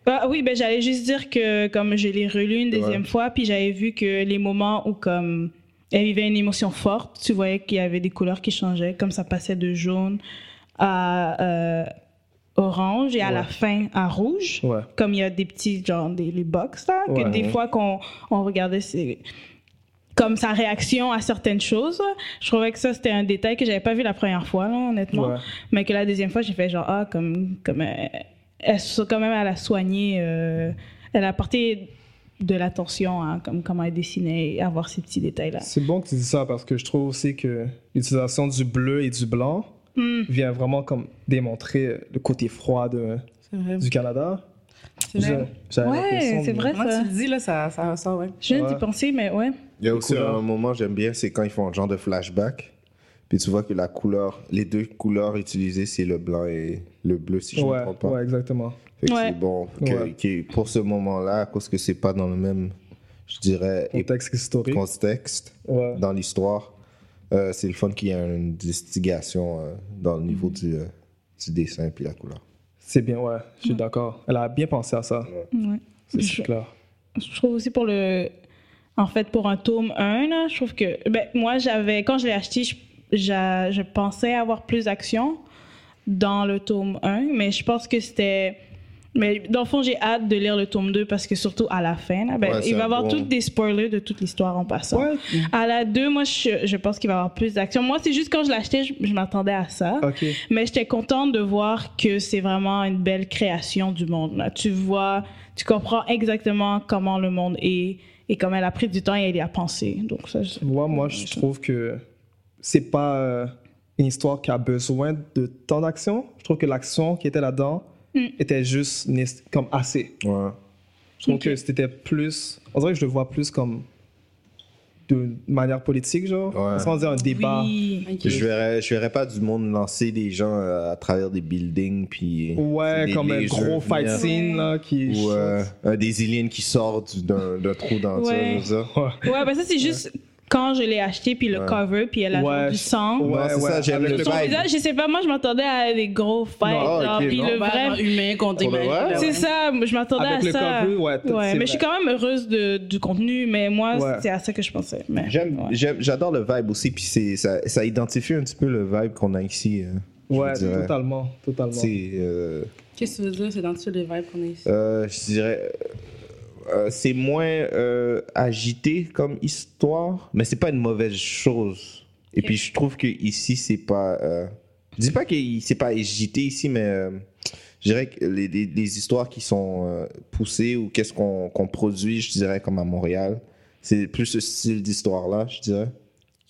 [SPEAKER 1] Ah oui, ben j'allais juste dire que comme je l'ai relu une deuxième fois, puis j'avais vu que les moments où comme elle vivait une émotion forte, tu voyais qu'il y avait des couleurs qui changeaient, comme ça passait de jaune à euh, orange et à
[SPEAKER 2] Ouais.
[SPEAKER 1] la fin à rouge.
[SPEAKER 2] Ouais.
[SPEAKER 1] Comme il y a des petits genre des les box là, que
[SPEAKER 2] Ouais.
[SPEAKER 1] des fois qu'on on regardait c'est comme sa réaction à certaines choses. Je trouvais que ça c'était un détail que j'avais pas vu la première fois là, honnêtement.
[SPEAKER 2] Ouais.
[SPEAKER 1] Mais que la deuxième fois, j'ai fait genre, ah, comme, comme euh, elle, se- quand même, elle a soigné, euh, elle a apporté de l'attention à comme, comment elle dessinait et à voir ces petits détails-là.
[SPEAKER 2] C'est bon que tu dis ça parce que je trouve aussi que l'utilisation du bleu et du blanc
[SPEAKER 1] Hmm.
[SPEAKER 2] vient vraiment comme démontrer le côté froid de-
[SPEAKER 5] C'est vrai.
[SPEAKER 2] du Canada.
[SPEAKER 5] C'est vrai.
[SPEAKER 2] J'avais l'impression
[SPEAKER 1] Ouais,
[SPEAKER 2] de-
[SPEAKER 1] c'est vrai
[SPEAKER 5] Moi,
[SPEAKER 1] ça.
[SPEAKER 5] tu le dis, là, ça, ça ressort, ouais.
[SPEAKER 1] Je viens d'y
[SPEAKER 2] Ouais.
[SPEAKER 1] penser, mais ouais.
[SPEAKER 3] Il y a aussi
[SPEAKER 2] couleurs.
[SPEAKER 3] un moment, j'aime bien, c'est quand ils font un genre de flashback. Puis tu vois que la couleur, les deux couleurs utilisées, c'est le blanc et le bleu, si je ne me
[SPEAKER 2] Ouais,
[SPEAKER 3] trompe pas.
[SPEAKER 2] ouais, exactement.
[SPEAKER 3] Fait que
[SPEAKER 1] Ouais.
[SPEAKER 3] c'est bon. que-
[SPEAKER 2] Ouais.
[SPEAKER 3] que pour ce moment-là, à cause que c'est pas dans le même, je dirais, ép-
[SPEAKER 2] Contexte historique.
[SPEAKER 3] contexte
[SPEAKER 2] Ouais.
[SPEAKER 3] dans l'histoire, euh, c'est le fun qu'il y ait une distinction euh, dans le niveau du, euh, du dessin puis la couleur.
[SPEAKER 2] C'est bien, ouais,
[SPEAKER 1] Mm.
[SPEAKER 2] je suis d'accord. Elle a bien pensé à ça.
[SPEAKER 1] ouais.
[SPEAKER 2] C'est
[SPEAKER 1] Je-
[SPEAKER 2] c'est clair.
[SPEAKER 1] je trouve aussi pour le en fait pour un tome 1 là, je trouve que ben, moi j'avais quand je l'ai acheté je, j'a- je pensais avoir plus d'action dans le tome 1 mais je pense que c'était Mais dans le fond, j'ai hâte de lire le tome 2 parce que surtout à la fin, là, ben,
[SPEAKER 3] Ouais, c'est
[SPEAKER 1] il va y
[SPEAKER 3] un
[SPEAKER 1] avoir
[SPEAKER 3] bon-
[SPEAKER 1] toutes des spoilers de toute l'histoire en passant.
[SPEAKER 2] Ouais.
[SPEAKER 1] À la 2, moi, je, je pense qu'il va y avoir plus d'action. Moi, c'est juste quand je l'achetais, je, je m'attendais à
[SPEAKER 3] Ah,
[SPEAKER 1] ça.
[SPEAKER 2] Ok.
[SPEAKER 1] Mais j'étais contente de voir que c'est vraiment une belle création du monde. Là. Tu vois, tu comprends exactement comment le monde est et comment elle a pris du temps et elle y a pensé. Donc ça, je-
[SPEAKER 2] Moi, moi, je trouve que c'est pas euh, une histoire qui a besoin de tant d'action. Je trouve que l'action qui était là-dedans
[SPEAKER 1] Mm.
[SPEAKER 2] était juste né- comme assez.
[SPEAKER 3] Ouais.
[SPEAKER 2] Je trouve
[SPEAKER 1] Ok.
[SPEAKER 2] que c'était plus. On dirait que je le vois plus comme de manière politique, genre.
[SPEAKER 3] Ouais.
[SPEAKER 2] Sans dire un débat.
[SPEAKER 1] Oui.
[SPEAKER 5] Ok.
[SPEAKER 3] Je verrais, je verrais pas du monde lancer des gens euh, à travers des buildings, puis.
[SPEAKER 2] Ouais,
[SPEAKER 3] des
[SPEAKER 2] comme un
[SPEAKER 3] lasers
[SPEAKER 2] gros fight
[SPEAKER 3] venir.
[SPEAKER 2] scene, là, qui.
[SPEAKER 3] Ou euh, un des aliens qui sortent du- d'un d'un trou dans
[SPEAKER 1] Ouais.
[SPEAKER 3] ça, comme ça.
[SPEAKER 2] Ouais.
[SPEAKER 1] Ouais, ben ça, c'est juste quand je l'ai acheté, puis le
[SPEAKER 3] Ouais.
[SPEAKER 1] cover, puis elle a genre
[SPEAKER 2] Ouais,
[SPEAKER 1] du
[SPEAKER 2] je-
[SPEAKER 1] sang.
[SPEAKER 2] Ouais,
[SPEAKER 3] non, c'est
[SPEAKER 2] ouais,
[SPEAKER 3] ça, j'aime
[SPEAKER 2] avec
[SPEAKER 3] le
[SPEAKER 2] le
[SPEAKER 1] Son
[SPEAKER 3] vibe.
[SPEAKER 1] visage, je sais pas, moi, je m'attendais à des gros fights,
[SPEAKER 3] Non,
[SPEAKER 1] genre,
[SPEAKER 3] ok,
[SPEAKER 1] puis
[SPEAKER 3] non.
[SPEAKER 1] le
[SPEAKER 5] Bah,
[SPEAKER 1] vrai...
[SPEAKER 5] non, humain contre
[SPEAKER 3] Pour le
[SPEAKER 5] humain.
[SPEAKER 3] vrai?
[SPEAKER 1] C'est ça, je m'attendais à
[SPEAKER 2] Avec le
[SPEAKER 1] ça.
[SPEAKER 2] cover, ouais, t-
[SPEAKER 1] ouais
[SPEAKER 2] c'est
[SPEAKER 1] mais je suis
[SPEAKER 2] vrai.
[SPEAKER 1] quand même heureuse de, du contenu, mais moi,
[SPEAKER 2] Ouais.
[SPEAKER 1] c'est à ça que je pensais. Mais,
[SPEAKER 3] J'aime,
[SPEAKER 1] ouais.
[SPEAKER 3] j'aime- j'adore le vibe aussi, puis c'est- ça, ça identifie un petit peu le vibe qu'on a ici. euh, je
[SPEAKER 2] Ouais,
[SPEAKER 3] vous dirais.
[SPEAKER 2] totalement. Totalement.
[SPEAKER 3] C'est, euh,
[SPEAKER 5] Qu'est-ce que tu veux dire? C'est dans tous les vibes qu'on est ici.
[SPEAKER 3] euh, je dirais, euh, c'est moins euh, agité comme histoire, mais c'est pas une mauvaise chose. Et
[SPEAKER 5] Ok.
[SPEAKER 3] puis je trouve que ici c'est pas, euh, je dis pas que c'est pas agité ici, mais euh, je dirais que les, les- les histoires qui sont euh, poussées ou qu'est-ce qu'on qu'on produit, je dirais comme à Montréal, c'est plus ce style d'histoire là, je dirais.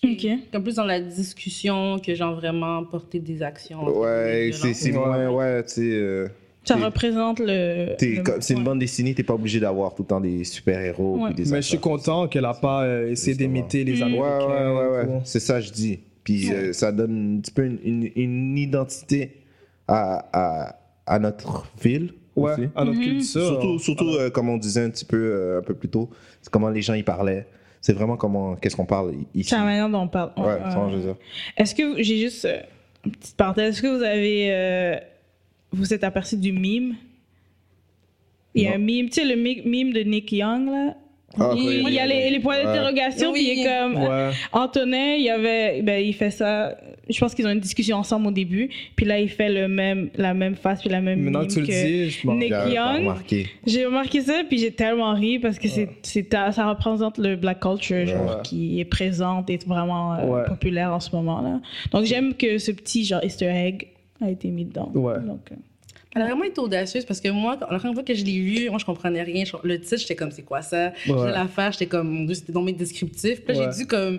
[SPEAKER 1] Ok.
[SPEAKER 5] Comme plus dans la discussion que genre vraiment porter des actions.
[SPEAKER 3] Ouais, c'est c'est
[SPEAKER 5] violentes.
[SPEAKER 3] moins, ouais, tu sais. euh,
[SPEAKER 1] Ça
[SPEAKER 3] T'es-
[SPEAKER 1] représente le.
[SPEAKER 3] t'es
[SPEAKER 1] le-
[SPEAKER 3] comme- c'est une
[SPEAKER 1] ouais.
[SPEAKER 3] bande dessinée, t'es pas obligé d'avoir tout le temps des super-héros.
[SPEAKER 1] Ouais.
[SPEAKER 3] puis des
[SPEAKER 2] Mais je suis
[SPEAKER 3] affaires.
[SPEAKER 2] content qu'elle a pas euh, essayé
[SPEAKER 3] Justement.
[SPEAKER 2] d'imiter les
[SPEAKER 1] Mm.
[SPEAKER 3] Ouais,
[SPEAKER 2] Américains.
[SPEAKER 3] ouais, ouais, ouais.
[SPEAKER 2] et tout.
[SPEAKER 3] C'est ça, je dis. Puis euh, ça donne un petit peu une, une- une identité à, à, à notre ville.
[SPEAKER 2] Ouais,
[SPEAKER 3] aussi.
[SPEAKER 2] à notre
[SPEAKER 1] Mhm.
[SPEAKER 2] culture.
[SPEAKER 3] Mm-hmm. Surtout, surtout euh, comme on disait un petit peu euh, un peu plus tôt, c'est comment les gens y parlaient. C'est vraiment comment qu'est-ce qu'on parle i- ici.
[SPEAKER 1] C'est la manière dont on parle.
[SPEAKER 3] Ouais,
[SPEAKER 1] Ouais, ouais.
[SPEAKER 3] ça, je veux dire.
[SPEAKER 1] Est-ce que. vous- J'ai juste. euh, une petite parenthèse. Est-ce que vous avez. euh, vous êtes aperçu du mime Il y a
[SPEAKER 3] Non.
[SPEAKER 1] un mime. Tu sais, le mi- mime de Nick Young, là.
[SPEAKER 3] Ah,
[SPEAKER 5] Oui.
[SPEAKER 3] quoi,
[SPEAKER 1] Il y a les, les points
[SPEAKER 3] Ouais.
[SPEAKER 1] d'interrogation, puis il est
[SPEAKER 5] Oui.
[SPEAKER 1] comme.
[SPEAKER 2] Ouais.
[SPEAKER 1] Antonin, il y avait, ben, il fait ça. Je pense qu'ils ont une discussion ensemble au début. Puis là, il fait le même, la même face puis la même.
[SPEAKER 2] Maintenant
[SPEAKER 1] mime
[SPEAKER 2] que tu le dis, je m'en
[SPEAKER 1] Nick
[SPEAKER 3] J'avais pas
[SPEAKER 1] Young.
[SPEAKER 3] remarqué.
[SPEAKER 1] J'ai remarqué ça, puis j'ai tellement ri parce que c'est, c'est ta- ça représente le black culture genre,
[SPEAKER 2] Ouais.
[SPEAKER 1] qui est présente et vraiment euh,
[SPEAKER 2] Ouais.
[SPEAKER 1] populaire en ce moment là. Donc j'aime que ce petit genre Easter egg a été mis dedans.
[SPEAKER 2] Ouais.
[SPEAKER 1] Donc, euh,
[SPEAKER 5] Elle a vraiment été audacieuse parce que moi, quand- la première fois que je l'ai lu, moi je comprenais rien. Je- le titre, j'étais comme c'est quoi ça J'ai
[SPEAKER 2] Ouais.
[SPEAKER 5] l'affaire, j'étais comme mon dieu, c'était dans mes descriptifs. Puis là,
[SPEAKER 2] Ouais.
[SPEAKER 5] j'ai dû comme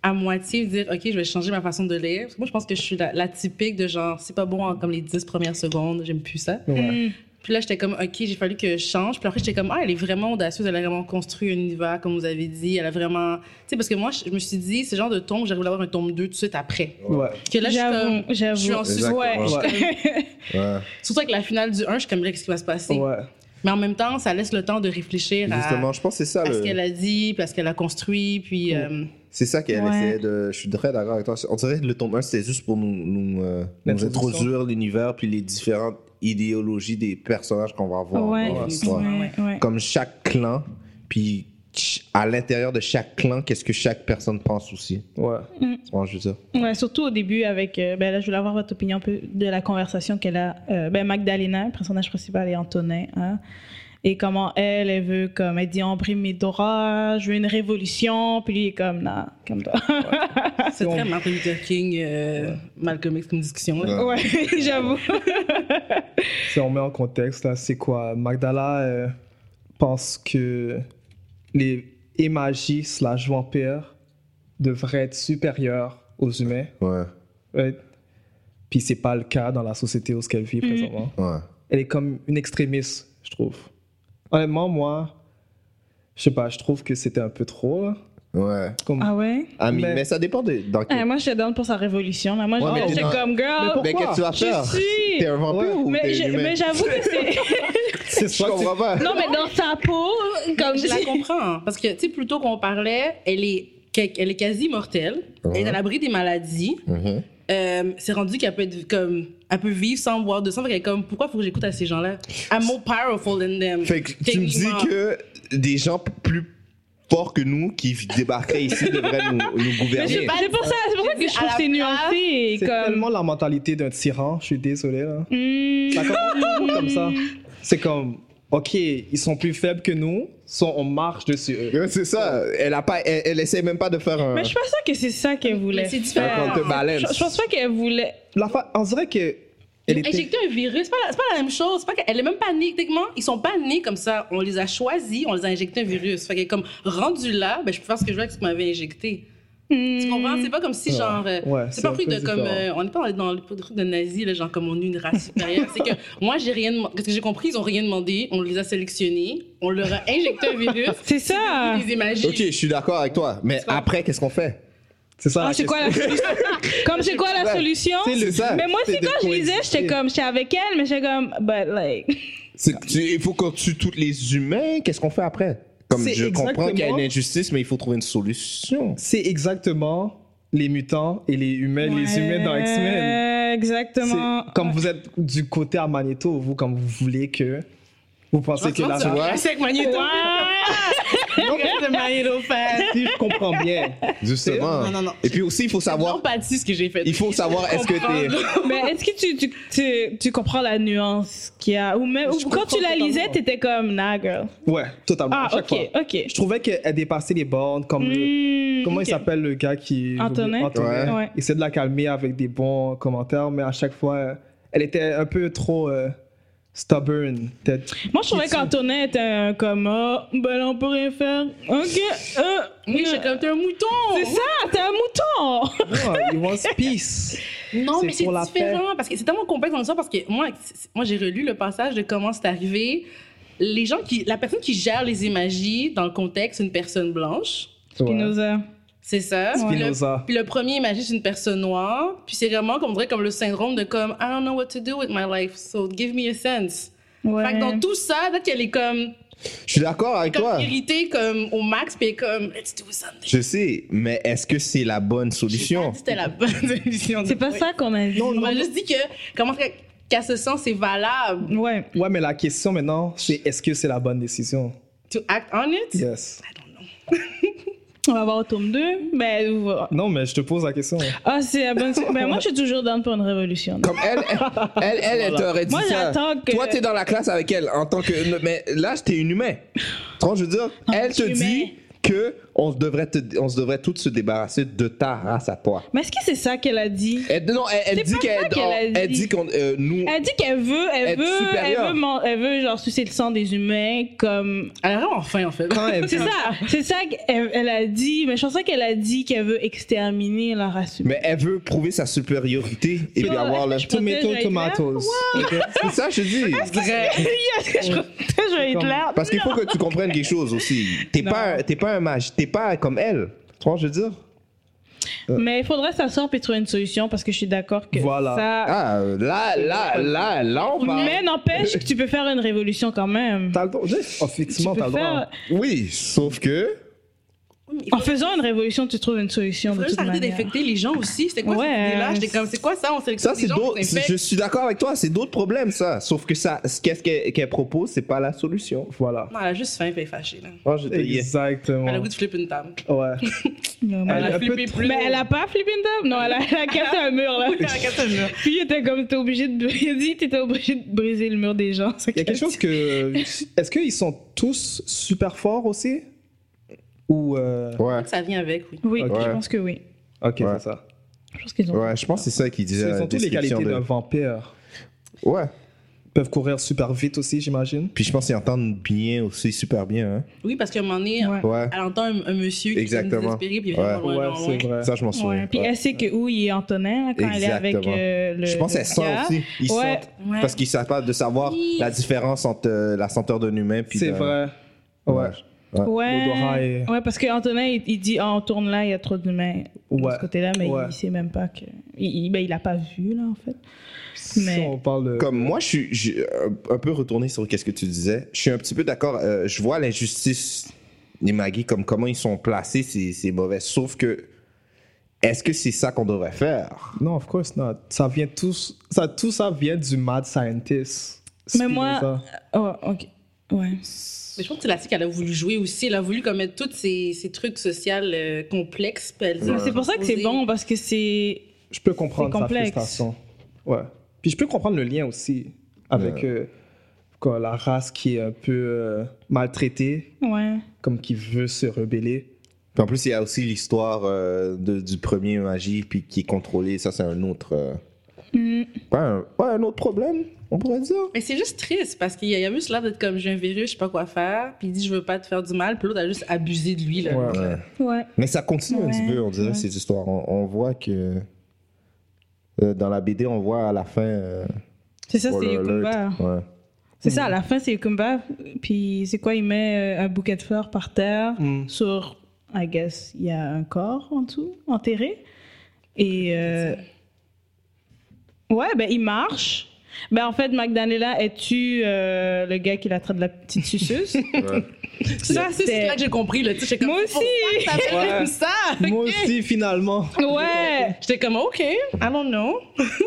[SPEAKER 5] à moitié dire ok, je vais changer ma façon de lire. Parce que moi, je pense que je suis la, la typique de genre c'est pas bon en comme les 10 premières secondes, j'aime plus ça.
[SPEAKER 2] Ouais.
[SPEAKER 5] Puis là, j'étais comme, OK, j'ai fallu que je change. Puis après, j'étais comme, ah, elle est vraiment audacieuse. Elle a vraiment construit un univers, comme vous avez dit. Elle a vraiment. Tu sais, parce que moi, je je me suis dit, ce genre de tombe, j'aurais voulu avoir un tombe 2 tout de suite après.
[SPEAKER 2] Ouais.
[SPEAKER 5] Que là, je suis
[SPEAKER 1] j'avoue,
[SPEAKER 5] comme.
[SPEAKER 1] j'avoue.
[SPEAKER 5] Je suis en
[SPEAKER 3] Exactement.
[SPEAKER 5] suspens.
[SPEAKER 2] Ouais.
[SPEAKER 3] Ouais.
[SPEAKER 5] Surtout avec la finale du 1, je suis comme, là, qu'est-ce qui va se passer?
[SPEAKER 2] Ouais.
[SPEAKER 5] Mais en même temps, ça laisse le temps de réfléchir
[SPEAKER 1] Ah.
[SPEAKER 5] à,
[SPEAKER 3] Justement, je euh, pense que c'est ça.
[SPEAKER 5] à ce
[SPEAKER 3] le-
[SPEAKER 5] qu'elle a dit, puis à ce qu'elle a construit. Puis. euh,
[SPEAKER 3] C'est ça qu'elle
[SPEAKER 1] Ouais.
[SPEAKER 3] essayait de. Je suis très d'accord avec toi. On dirait que le tome 1, c'était juste pour nous, nous, euh, nous
[SPEAKER 2] L'introduction.
[SPEAKER 3] introduire l'univers puis les différentes idéologies des personnages qu'on va avoir.
[SPEAKER 1] Ouais,
[SPEAKER 3] dans l'histoire.
[SPEAKER 1] ouais, ouais.
[SPEAKER 3] Comme chaque clan, puis ch- à l'intérieur de chaque clan, qu'est-ce que chaque personne pense aussi.
[SPEAKER 2] Ouais.
[SPEAKER 3] Tu vois, je veux dire.
[SPEAKER 1] Ouais, surtout au début avec, euh, ben là je voulais avoir votre opinion un peu de la conversation qu'elle a, euh, ben Magdalena, le personnage principal et Antonin, hein, et comment elle, elle veut comme, elle dit emprimer Dora, je veux une révolution, puis lui il est comme, non, comme toi.
[SPEAKER 5] c'est
[SPEAKER 2] on-
[SPEAKER 5] très Martin Luther King, euh, Malcolm X, comme discussion. là.
[SPEAKER 1] Ouais, j'avoue.
[SPEAKER 2] Si on met en contexte, là, c'est quoi Magdala euh, pense que les émagis slash vampires devraient être supérieurs aux humains.
[SPEAKER 3] Ouais,
[SPEAKER 2] Ouais. Puis c'est pas le cas dans la société où ce qu'elle vit présentement.
[SPEAKER 3] ouais.
[SPEAKER 2] elle est comme une extrémiste, je trouve. Honnêtement, moi, je sais pas, je trouve que c'était un peu trop. là.
[SPEAKER 3] Ouais.
[SPEAKER 2] Comme...
[SPEAKER 1] Ah ouais?
[SPEAKER 3] Ah, mais,
[SPEAKER 2] Mais-
[SPEAKER 3] mais ça dépend de. Dans quel-
[SPEAKER 1] Ah, moi je te donne pour sa révolution, là. moi
[SPEAKER 3] Ouais, mais
[SPEAKER 1] je suis
[SPEAKER 3] t'es dans-
[SPEAKER 1] comme girl.
[SPEAKER 2] Mais
[SPEAKER 3] Mais qu'est-ce que tu vas
[SPEAKER 1] Je
[SPEAKER 3] faire
[SPEAKER 1] suis-
[SPEAKER 3] T'es un vampire ou
[SPEAKER 1] Mais
[SPEAKER 3] t'es
[SPEAKER 1] je-
[SPEAKER 3] humain
[SPEAKER 1] mais j'avoue que c'est.
[SPEAKER 2] C'est
[SPEAKER 3] Je
[SPEAKER 2] soit que tu-
[SPEAKER 3] comprends pas.
[SPEAKER 1] Non, mais dans sa peau, comme
[SPEAKER 5] Je la
[SPEAKER 1] si-
[SPEAKER 5] comprends. hein, Parce que, tu sais, plutôt qu'on parlait, elle est, que- elle est quasi mortelle. Elle est à l'abri des maladies.
[SPEAKER 3] Mhm.
[SPEAKER 5] Euh, c'est rendu qu'elle peut être comme. Elle peut vivre sans boire de sang. Fait qu'elle est comme, pourquoi faut que j'écoute à ces gens-là? I'm more powerful than them.
[SPEAKER 3] Fait que tu me dis que des gens plus forts que nous qui débarqueraient
[SPEAKER 1] *laughs*
[SPEAKER 3] ici devraient nous, nous
[SPEAKER 1] Mais je-
[SPEAKER 3] gouverner.
[SPEAKER 1] C'est pour ça, c'est pour ça que je trouve que c'est nuancé et
[SPEAKER 2] C'est
[SPEAKER 1] comme.
[SPEAKER 2] tellement la mentalité d'un tyran, je suis désolé. Là.
[SPEAKER 1] Hmm.
[SPEAKER 2] Ça commence toujours comme ça. C'est comme, ok, ils sont plus faibles que nous, so on marche dessus eux.
[SPEAKER 3] Ouais, C'est ça. Elle, a pas, elle, elle essaie même pas de faire un.
[SPEAKER 1] Mais je suis pas sûre que c'est ça qu'elle voulait.
[SPEAKER 5] Mais c'est
[SPEAKER 1] faire.
[SPEAKER 5] différent.
[SPEAKER 3] Un contrebalance.
[SPEAKER 1] Je, je pense pas qu'elle voulait.
[SPEAKER 2] La fa- on dirait que. Elle était-
[SPEAKER 5] Injecter un virus, c'est pas, la- c'est pas la même chose. C'est Pas que- elle est même pas née. Techniquement, ils sont pas nés comme ça. On les a choisis, on les a injecté un virus. Fait que comme rendu là, ben, je peux faire ce que je veux avec ce qu'on m'avait injecté.
[SPEAKER 1] hmm.
[SPEAKER 5] Tu comprends? C'est pas comme si, genre. euh,
[SPEAKER 2] Ouais,
[SPEAKER 5] c'est pas un
[SPEAKER 2] un
[SPEAKER 5] truc
[SPEAKER 2] peu
[SPEAKER 5] de comme.
[SPEAKER 2] différent.
[SPEAKER 5] euh, on n'est pas dans le truc de nazi, là, genre comme on est une race supérieure. c'est
[SPEAKER 2] *laughs*
[SPEAKER 5] que moi, j'ai rien demandé. Parce que j'ai compris, ils ont rien demandé. On les a sélectionnés. On leur a injecté un virus.
[SPEAKER 1] *laughs* C'est ça.
[SPEAKER 5] Ils les imaginent.
[SPEAKER 3] Ok, je suis d'accord avec toi, mais après, qu'est-ce qu'on fait
[SPEAKER 2] C'est ça.
[SPEAKER 1] Ah,
[SPEAKER 2] la
[SPEAKER 1] c'est quoi la
[SPEAKER 2] question.
[SPEAKER 1] solution? comme c'est quoi la
[SPEAKER 3] Ouais,
[SPEAKER 1] solution?
[SPEAKER 3] c'est le- ça,
[SPEAKER 1] Mais moi
[SPEAKER 3] c'est
[SPEAKER 1] aussi,
[SPEAKER 3] de
[SPEAKER 1] quand je lisais, j'étais
[SPEAKER 3] coexister.
[SPEAKER 1] comme, j'étais avec elle, mais j'étais comme, but like.
[SPEAKER 3] C'est- tu- Il faut qu'on tue tous les humains, qu'est-ce qu'on fait après Comme
[SPEAKER 2] C'est
[SPEAKER 3] je comprends qu'il y a une
[SPEAKER 2] exactement-
[SPEAKER 3] injustice, mais il faut trouver une solution.
[SPEAKER 2] C'est exactement les mutants et les humains, les humains dans X-Men.
[SPEAKER 1] Ouais, Exactement.
[SPEAKER 2] C'est- Comme vous êtes du côté à Magneto, vous, comme vous voulez que. Vous pensez que la
[SPEAKER 5] Tu
[SPEAKER 2] race.
[SPEAKER 5] vois? C'est avec Magneto.
[SPEAKER 1] *laughs*
[SPEAKER 5] Arrête de Magneto fan.
[SPEAKER 2] Si je comprends bien.
[SPEAKER 3] Justement.
[SPEAKER 5] Non, non, non.
[SPEAKER 3] Et puis aussi, il faut savoir.
[SPEAKER 5] Non, pas dit ce que j'ai fait.
[SPEAKER 3] Il faut savoir, est-ce que t'es.
[SPEAKER 1] *laughs* Mais est-ce que tu, tu, tu, tu comprends la nuance qu'il y a? Ou même, ou
[SPEAKER 2] Je
[SPEAKER 1] quand tu la
[SPEAKER 2] comprends
[SPEAKER 1] lisais,
[SPEAKER 2] totalement.
[SPEAKER 1] t'étais comme, nah, girl.
[SPEAKER 2] Ouais, totalement.
[SPEAKER 1] Ah,
[SPEAKER 2] à chaque
[SPEAKER 1] ok,
[SPEAKER 2] fois.
[SPEAKER 1] ok.
[SPEAKER 2] Je trouvais qu'elle dépassait les bornes, comme le-
[SPEAKER 1] Hmm,
[SPEAKER 2] Comment
[SPEAKER 1] ok.
[SPEAKER 2] il s'appelle le gars qui.
[SPEAKER 1] Antonin.
[SPEAKER 2] Antonin.
[SPEAKER 1] Ouais. Ouais.
[SPEAKER 2] Il essaie de la calmer avec des bons commentaires, mais à chaque fois, euh, elle était un peu trop euh, stubborn. peut-être.
[SPEAKER 1] Moi, je trouvais
[SPEAKER 2] Qui tu-
[SPEAKER 1] qu'Antonin était un comme, oh, ben là, on peut rien faire. Ok, euh,
[SPEAKER 5] Oui, je suis comme t'es un mouton.
[SPEAKER 1] C'est
[SPEAKER 2] Oh.
[SPEAKER 1] ça, t'es un mouton!
[SPEAKER 2] Non, euh, he wants peace.
[SPEAKER 5] Non,
[SPEAKER 2] C'est
[SPEAKER 5] mais c'est
[SPEAKER 2] pour la
[SPEAKER 5] différent parce que c'est tellement complexe dans l'histoire parce que moi, c'est- moi j'ai relu le passage de comment c'est arrivé. Les gens qui, la personne qui gère les imagies dans le contexte, c'est une personne blanche.
[SPEAKER 1] *laughs*
[SPEAKER 2] Ouais.
[SPEAKER 1] Spinoza.
[SPEAKER 5] C'est ça. Puis le-
[SPEAKER 2] Spinoza.
[SPEAKER 5] Puis le premier imagiste, une personne noire. Puis c'est vraiment comme, on dirait comme le syndrome de comme, I don't know what to do with my life, so give me a sense.
[SPEAKER 1] Ouais.
[SPEAKER 5] Fait que dans tout ça, peut-être qu'elle est comme,
[SPEAKER 3] Je suis d'accord avec
[SPEAKER 5] comme
[SPEAKER 3] toi.
[SPEAKER 5] irritée comme, au max, puis elle est comme, let's do something.
[SPEAKER 3] Je sais, mais est-ce que c'est la bonne
[SPEAKER 5] J'ai pas
[SPEAKER 3] solution
[SPEAKER 5] dit que C'était la bonne solution.
[SPEAKER 1] C'est pas
[SPEAKER 5] Oui.
[SPEAKER 1] ça qu'on a dit.
[SPEAKER 5] On m'a juste dit que, comment qu'à- qu'à ce sens, c'est valable
[SPEAKER 1] Ouais.
[SPEAKER 2] Ouais, mais la question maintenant, c'est est-ce que c'est la bonne décision?
[SPEAKER 5] to act on it.
[SPEAKER 2] Yes.
[SPEAKER 1] On va voir au tome 2. Ben, vous-
[SPEAKER 2] Non, mais je te pose la
[SPEAKER 1] *laughs*
[SPEAKER 2] question.
[SPEAKER 1] ah, c'est
[SPEAKER 2] *laughs*
[SPEAKER 1] la bonne. ben, moi, je suis toujours down pour une révolution.
[SPEAKER 3] Comme elle, elle, elle, elle, elle t'aurait dit
[SPEAKER 1] Moi,
[SPEAKER 3] ça.
[SPEAKER 1] j'attends que-
[SPEAKER 3] Toi, t'es dans la classe avec elle en tant que. Mais là, t'es une humain. Tu vois, je veux dire, elle
[SPEAKER 1] je
[SPEAKER 3] te
[SPEAKER 1] suis humain.
[SPEAKER 3] dit que on se devrait, te- on se devrait toutes se débarrasser de ta race à toi.
[SPEAKER 1] Mais est-ce que c'est ça qu'elle a dit?
[SPEAKER 3] Elle, non, elle, elle
[SPEAKER 1] C'est
[SPEAKER 3] dit
[SPEAKER 1] pas ça
[SPEAKER 3] qu'elle,
[SPEAKER 1] qu'elle a
[SPEAKER 3] elle
[SPEAKER 1] dit.
[SPEAKER 3] dit qu'on, euh, nous,
[SPEAKER 1] Elle dit qu'elle veut, elle
[SPEAKER 3] Être
[SPEAKER 1] veut, elle
[SPEAKER 3] supérieure.
[SPEAKER 1] veut, man- elle veut, genre, sucer le sang des humains comme.
[SPEAKER 5] Elle a vraiment faim, en fait.
[SPEAKER 2] Quand elle
[SPEAKER 1] C'est
[SPEAKER 2] veut-
[SPEAKER 1] ça, c'est ça qu'elle elle a dit. Mais je pense pas qu'elle a dit qu'elle veut exterminer la race *laughs* humaine.
[SPEAKER 3] mais elle veut prouver sa supériorité et puis
[SPEAKER 1] Oh,
[SPEAKER 3] avoir le.
[SPEAKER 1] je pensais que
[SPEAKER 2] Tomato,
[SPEAKER 1] j'allais
[SPEAKER 2] tomatoes. Ok?
[SPEAKER 3] C'est ça, je dis.
[SPEAKER 1] Je vais être là.
[SPEAKER 3] Parce qu'il faut que tu comprennes quelque chose aussi. T'es
[SPEAKER 1] Non.
[SPEAKER 3] pas, un- t'es pas un mage, t'es pas comme elle. Tu vois, je veux dire.
[SPEAKER 1] Mais il faudrait s'asseoir et trouver une solution parce que je suis d'accord que
[SPEAKER 2] Voilà.
[SPEAKER 1] ça.
[SPEAKER 3] Ah, là, là, là, là, on parle.
[SPEAKER 1] Mais n'empêche que tu peux faire une révolution quand même.
[SPEAKER 2] T'as le droit. Juste,
[SPEAKER 1] Tu
[SPEAKER 2] Effectivement,
[SPEAKER 1] peux
[SPEAKER 2] t'as le droit.
[SPEAKER 1] faire-
[SPEAKER 3] Oui, sauf que.
[SPEAKER 1] En faisant une révolution, tu trouves une solution de
[SPEAKER 5] Il faut
[SPEAKER 1] toute
[SPEAKER 5] juste arrêter
[SPEAKER 1] manière.
[SPEAKER 5] d'infecter les gens aussi. C'était quoi
[SPEAKER 1] Ouais.
[SPEAKER 5] cette idée-là? J'étais comme, c'est quoi ça? On sélectionne
[SPEAKER 3] Ça,
[SPEAKER 5] les
[SPEAKER 3] c'est
[SPEAKER 5] gens, on
[SPEAKER 3] d'autres.
[SPEAKER 5] les infecte.
[SPEAKER 3] Je suis d'accord avec toi, c'est d'autres problèmes, ça. Sauf que ça, ce qu'est-ce qu'elle qu'elle propose, c'est pas la solution.
[SPEAKER 2] Voilà.
[SPEAKER 5] Non, elle a juste faim, puis elle est fâchée. Là.
[SPEAKER 3] Moi, je te dis.
[SPEAKER 2] Exactement.
[SPEAKER 5] Elle a le goût de flipper une table.
[SPEAKER 2] Ouais.
[SPEAKER 1] Mais
[SPEAKER 2] Elle
[SPEAKER 1] elle
[SPEAKER 2] a
[SPEAKER 1] a-
[SPEAKER 2] flippé
[SPEAKER 5] plus.
[SPEAKER 1] Mais elle a pas flippé une table? Non, elle a, elle a cassé un mur,
[SPEAKER 5] *laughs*
[SPEAKER 1] là.
[SPEAKER 5] Elle a cassé le mur.
[SPEAKER 1] Puis elle était comme, t'es obligé de *laughs* briser, t'étais obligé de briser le mur des gens.
[SPEAKER 2] Il y a quelque chose que. Est-ce qu'ils sont tous super forts aussi Ou. euh,
[SPEAKER 3] Ouais,
[SPEAKER 5] Ça vient avec, oui.
[SPEAKER 1] Oui,
[SPEAKER 2] Ok.
[SPEAKER 1] je pense que oui.
[SPEAKER 2] Ok,
[SPEAKER 3] Ouais.
[SPEAKER 2] c'est ça.
[SPEAKER 1] Je pense qu'ils ont...
[SPEAKER 3] ouais, je pense que c'est ça qui disait.
[SPEAKER 2] Ils
[SPEAKER 3] la
[SPEAKER 2] ont toutes les
[SPEAKER 3] description
[SPEAKER 2] qualités
[SPEAKER 3] de-
[SPEAKER 2] d'un vampire.
[SPEAKER 3] Ouais.
[SPEAKER 2] Ils peuvent courir super vite aussi, j'imagine.
[SPEAKER 3] Puis je pense qu'ils entendent bien aussi, super bien. Hein.
[SPEAKER 5] Oui, parce qu'à un moment donné,
[SPEAKER 1] Ouais.
[SPEAKER 3] Ouais.
[SPEAKER 5] elle entend un, un monsieur qui est
[SPEAKER 3] Exactement.
[SPEAKER 5] désespéré, puis il vient
[SPEAKER 3] Ouais.
[SPEAKER 5] vraiment loin,
[SPEAKER 2] ouais,
[SPEAKER 5] loin, loin.
[SPEAKER 2] c'est vrai.
[SPEAKER 3] Ça, je m'en souviens.
[SPEAKER 1] Ouais. Puis
[SPEAKER 3] Ouais.
[SPEAKER 1] elle sait que où il est Antonin, là, quand elle est avec
[SPEAKER 3] Exactement.
[SPEAKER 1] euh, le.
[SPEAKER 3] Je pense
[SPEAKER 1] le
[SPEAKER 3] qu'elle sent
[SPEAKER 1] gars.
[SPEAKER 3] aussi. Ils
[SPEAKER 1] Ouais.
[SPEAKER 3] sentent.
[SPEAKER 5] Ouais.
[SPEAKER 3] Parce qu'ils savent pas de savoir
[SPEAKER 5] Oui.
[SPEAKER 3] la différence entre euh, la senteur d'un humain. puis
[SPEAKER 2] C'est
[SPEAKER 3] d'un-
[SPEAKER 2] vrai. Ouais. L'odorat
[SPEAKER 1] Ouais.
[SPEAKER 2] est-
[SPEAKER 1] ouais, parce qu'Antonin, il, il dit, Ah, on tourne là, il y a trop de mains de
[SPEAKER 2] Ouais.
[SPEAKER 1] ce côté-là, mais
[SPEAKER 2] Ouais.
[SPEAKER 1] il sait même pas que. Il, il, ben, il a pas vu, là, en fait.
[SPEAKER 2] Si
[SPEAKER 1] Mais-
[SPEAKER 2] on parle de.
[SPEAKER 3] Comme moi, je suis je suis euh, un un peu retourné sur qu'est-ce que tu disais. Je suis un petit peu d'accord. euh, je vois l'injustice des Maggie, comme comment ils sont placés, c'est c'est mauvais. Sauf que, est-ce que c'est ça qu'on devrait faire?
[SPEAKER 2] Non, of course not. Ça vient tous. Ça, tout ça vient du mad scientist.
[SPEAKER 1] Mais moi-
[SPEAKER 2] Spinoza.
[SPEAKER 1] Oh, ok. Ouais.
[SPEAKER 5] Mais je pense que c'est la fille qu'elle a voulu jouer aussi. Elle a voulu comme mettre tous ces, ces trucs sociaux euh, complexes. puis elle dit-
[SPEAKER 1] Mais C'est pour ça que c'est bon, parce que c'est.
[SPEAKER 2] Je peux comprendre
[SPEAKER 1] C'est
[SPEAKER 2] sa
[SPEAKER 1] complexe.
[SPEAKER 2] frustration. Ouais. Puis je peux comprendre le lien aussi avec euh, quand la race qui est un peu euh, maltraitée,
[SPEAKER 1] Ouais.
[SPEAKER 2] comme qui veut se rebeller.
[SPEAKER 3] Puis en plus, il y a aussi l'histoire euh, de- du premier magie puis qui est contrôlé. Ça, c'est un autre. euh,
[SPEAKER 1] Mm.
[SPEAKER 3] pas, un, pas un autre problème, on pourrait dire.
[SPEAKER 5] Mais c'est juste triste parce qu'il y a, il a juste l'air d'être comme j'ai un virus, je sais pas quoi faire, puis il dit je veux pas te faire du mal, puis l'autre a juste abusé de lui. Là.
[SPEAKER 2] Ouais.
[SPEAKER 3] Ouais.
[SPEAKER 1] Ouais.
[SPEAKER 3] Mais ça continue un petit
[SPEAKER 1] Ouais,
[SPEAKER 3] peu, on dirait,
[SPEAKER 1] ouais.
[SPEAKER 3] ces histoires. On, on voit que. euh, dans la BD, on voit à la fin. euh,
[SPEAKER 1] C'est ça, c'est
[SPEAKER 3] spoiler
[SPEAKER 1] Yukumba.
[SPEAKER 3] alert. Ouais.
[SPEAKER 1] C'est
[SPEAKER 5] Mm.
[SPEAKER 1] ça, à la fin, c'est Yukumba. Puis c'est quoi Il met euh, un bouquet de fleurs par terre
[SPEAKER 2] Mm.
[SPEAKER 1] sur, I guess, il y a un corps en dessous, enterré. Et. euh, Ouais, ben il marche. Ben en fait, Magdalena, elle tue euh, le gars qui la traite de la petite suceuse.
[SPEAKER 5] Ah, Ça, c'est
[SPEAKER 1] c'était-
[SPEAKER 5] c'est là que j'ai compris. Là, tu sais, j'étais comme, oh.
[SPEAKER 1] Moi aussi!
[SPEAKER 5] Ça s'appelle
[SPEAKER 2] Ouais.
[SPEAKER 5] comme ça!
[SPEAKER 2] Moi aussi, finalement,
[SPEAKER 1] Ouais!
[SPEAKER 5] J'étais comme, OK, I don't know.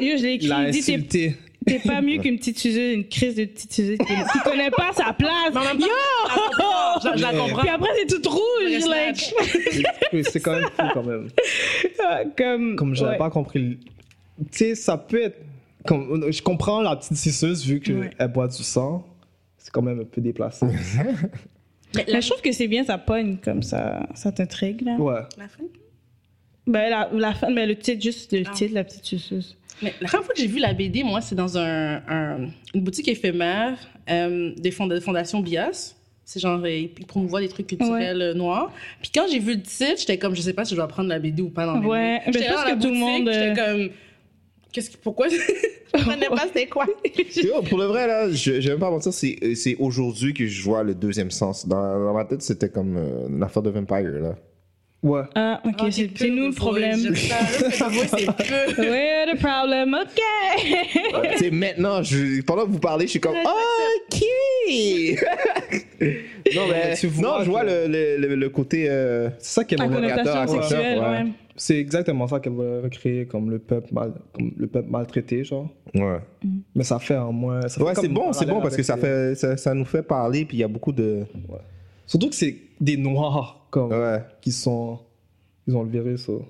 [SPEAKER 1] Yo, je l'ai écrit,
[SPEAKER 2] il a
[SPEAKER 1] il dit t'es-
[SPEAKER 2] insulté.
[SPEAKER 1] T'es pas mieux qu'une petite suzeuse, une crise de petite suzeuse qui, qui connaît pas sa place.
[SPEAKER 5] Mais en même temps, je la comprends, je, je la comprends.
[SPEAKER 1] Puis après, c'est toute rouge,
[SPEAKER 5] Reste là.
[SPEAKER 1] like.
[SPEAKER 2] Oui, c'est quand même fou, quand même.
[SPEAKER 1] Comme,
[SPEAKER 2] Comme j'avais
[SPEAKER 1] ouais.
[SPEAKER 2] pas compris. le- Tu sais, ça peut être. comme- je comprends la petite suceuse vu qu'elle
[SPEAKER 1] Ouais.
[SPEAKER 2] boit du sang. C'est quand même un peu déplacé.
[SPEAKER 5] Mais la,
[SPEAKER 1] Mais je trouve que c'est bien, ça pogne comme ça, ça t'intrigue, là.
[SPEAKER 2] *laughs* ouais.
[SPEAKER 5] la fin-
[SPEAKER 1] Ben, la, la fin, mais le titre, juste le
[SPEAKER 5] Ah.
[SPEAKER 1] titre, la petite suceuse.
[SPEAKER 5] Mais la première fois que j'ai vu la BD, moi, c'est dans un, un- une boutique éphémère euh, des fonds de fondation Bias. C'est genre, euh, ils promouvoient des trucs culturels euh, noirs. Puis quand j'ai vu le titre, j'étais comme, je sais pas si je dois prendre la BD ou pas dans mes
[SPEAKER 1] Ouais,
[SPEAKER 5] mains.
[SPEAKER 1] mais
[SPEAKER 5] J'étais
[SPEAKER 1] je
[SPEAKER 5] là
[SPEAKER 1] pense
[SPEAKER 5] dans la
[SPEAKER 1] que tout le
[SPEAKER 5] boutique,
[SPEAKER 1] monde, euh,
[SPEAKER 5] J'étais comme, qu'est-ce que, pourquoi *laughs* je comprenais pas c'était quoi?
[SPEAKER 3] Yo, pour le vrai, là, je, je vais même pas mentir, c'est, euh, c'est aujourd'hui que je vois le deuxième sens. Dans, dans ma tête, c'était comme euh, l'affaire de Vampire, là.
[SPEAKER 2] Ouais.
[SPEAKER 1] *laughs* Ah, ok,
[SPEAKER 5] Ah,
[SPEAKER 1] c'est
[SPEAKER 5] peu,
[SPEAKER 1] c'est nous
[SPEAKER 5] vous
[SPEAKER 1] le problème. *laughs*
[SPEAKER 5] voyez, j'aime ça. Là, c'est vous, c'est peu.
[SPEAKER 1] We're the problem, ok!
[SPEAKER 3] Ouais, tu sais, maintenant, je, pendant que vous parlez, je suis
[SPEAKER 1] *laughs*
[SPEAKER 3] comme OK! non, mais,
[SPEAKER 2] mais tu vois
[SPEAKER 3] non, je vois
[SPEAKER 2] que-
[SPEAKER 3] le, le, le, le côté. euh,
[SPEAKER 2] C'est ça qu'elle
[SPEAKER 1] La
[SPEAKER 2] voulait.
[SPEAKER 3] à
[SPEAKER 1] connotation
[SPEAKER 3] 14,
[SPEAKER 1] sexuelle,
[SPEAKER 3] ouais.
[SPEAKER 1] ouais.
[SPEAKER 2] C'est exactement ça qu'elle voulait recréer comme le peuple mal, comme le peuple maltraité, genre.
[SPEAKER 3] Ouais,
[SPEAKER 2] Mais ça fait un moins. ça fait
[SPEAKER 3] ouais
[SPEAKER 2] comme
[SPEAKER 3] c'est bon, c'est bon parce
[SPEAKER 2] parallèle
[SPEAKER 3] que
[SPEAKER 2] avec
[SPEAKER 3] ça,
[SPEAKER 2] les-
[SPEAKER 3] fait, ça, ça nous fait parler, puis il y a beaucoup de.
[SPEAKER 2] Surtout que c'est des noirs comme
[SPEAKER 3] Ouais.
[SPEAKER 2] qui sont, ils ont le virus. oh.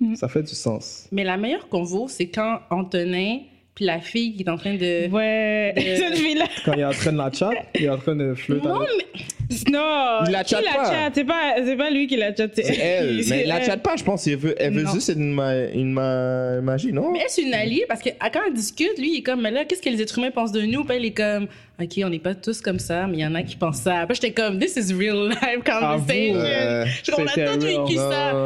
[SPEAKER 1] Mm.
[SPEAKER 2] Ça fait du sens.
[SPEAKER 5] Mais la meilleure convo, c'est quand Antonin, puis la fille qui est en train de.
[SPEAKER 1] Ouais, *laughs*
[SPEAKER 5] Euh,
[SPEAKER 1] cette fille-là.
[SPEAKER 2] Quand il est en train de
[SPEAKER 1] *laughs*
[SPEAKER 2] la chat, il est en train de flirter.
[SPEAKER 5] Non,
[SPEAKER 2] avec-
[SPEAKER 1] Non!
[SPEAKER 3] Il la
[SPEAKER 1] qui
[SPEAKER 3] chatte
[SPEAKER 1] la
[SPEAKER 3] pas.
[SPEAKER 1] chatte? C'est pas, c'est pas lui qui la chatte, *laughs*
[SPEAKER 3] C'est elle, mais elle la chatte pas, je pense. Elle veut, elle veut
[SPEAKER 1] Non.
[SPEAKER 3] juste une, ma- une ma- magie, non?
[SPEAKER 5] Mais elle, c'est une alliée parce que à- quand elle discute, lui, il est comme, mais là, qu'est-ce que les êtres humains pensent de nous? Puis elle est comme, OK, on n'est pas tous comme ça, mais il y en a qui pensent ça. Puis j'étais comme, This is real life conversation.
[SPEAKER 3] Ah, Euh,
[SPEAKER 5] Je comprends
[SPEAKER 2] c'était
[SPEAKER 5] tout
[SPEAKER 2] real,
[SPEAKER 5] vécu ça.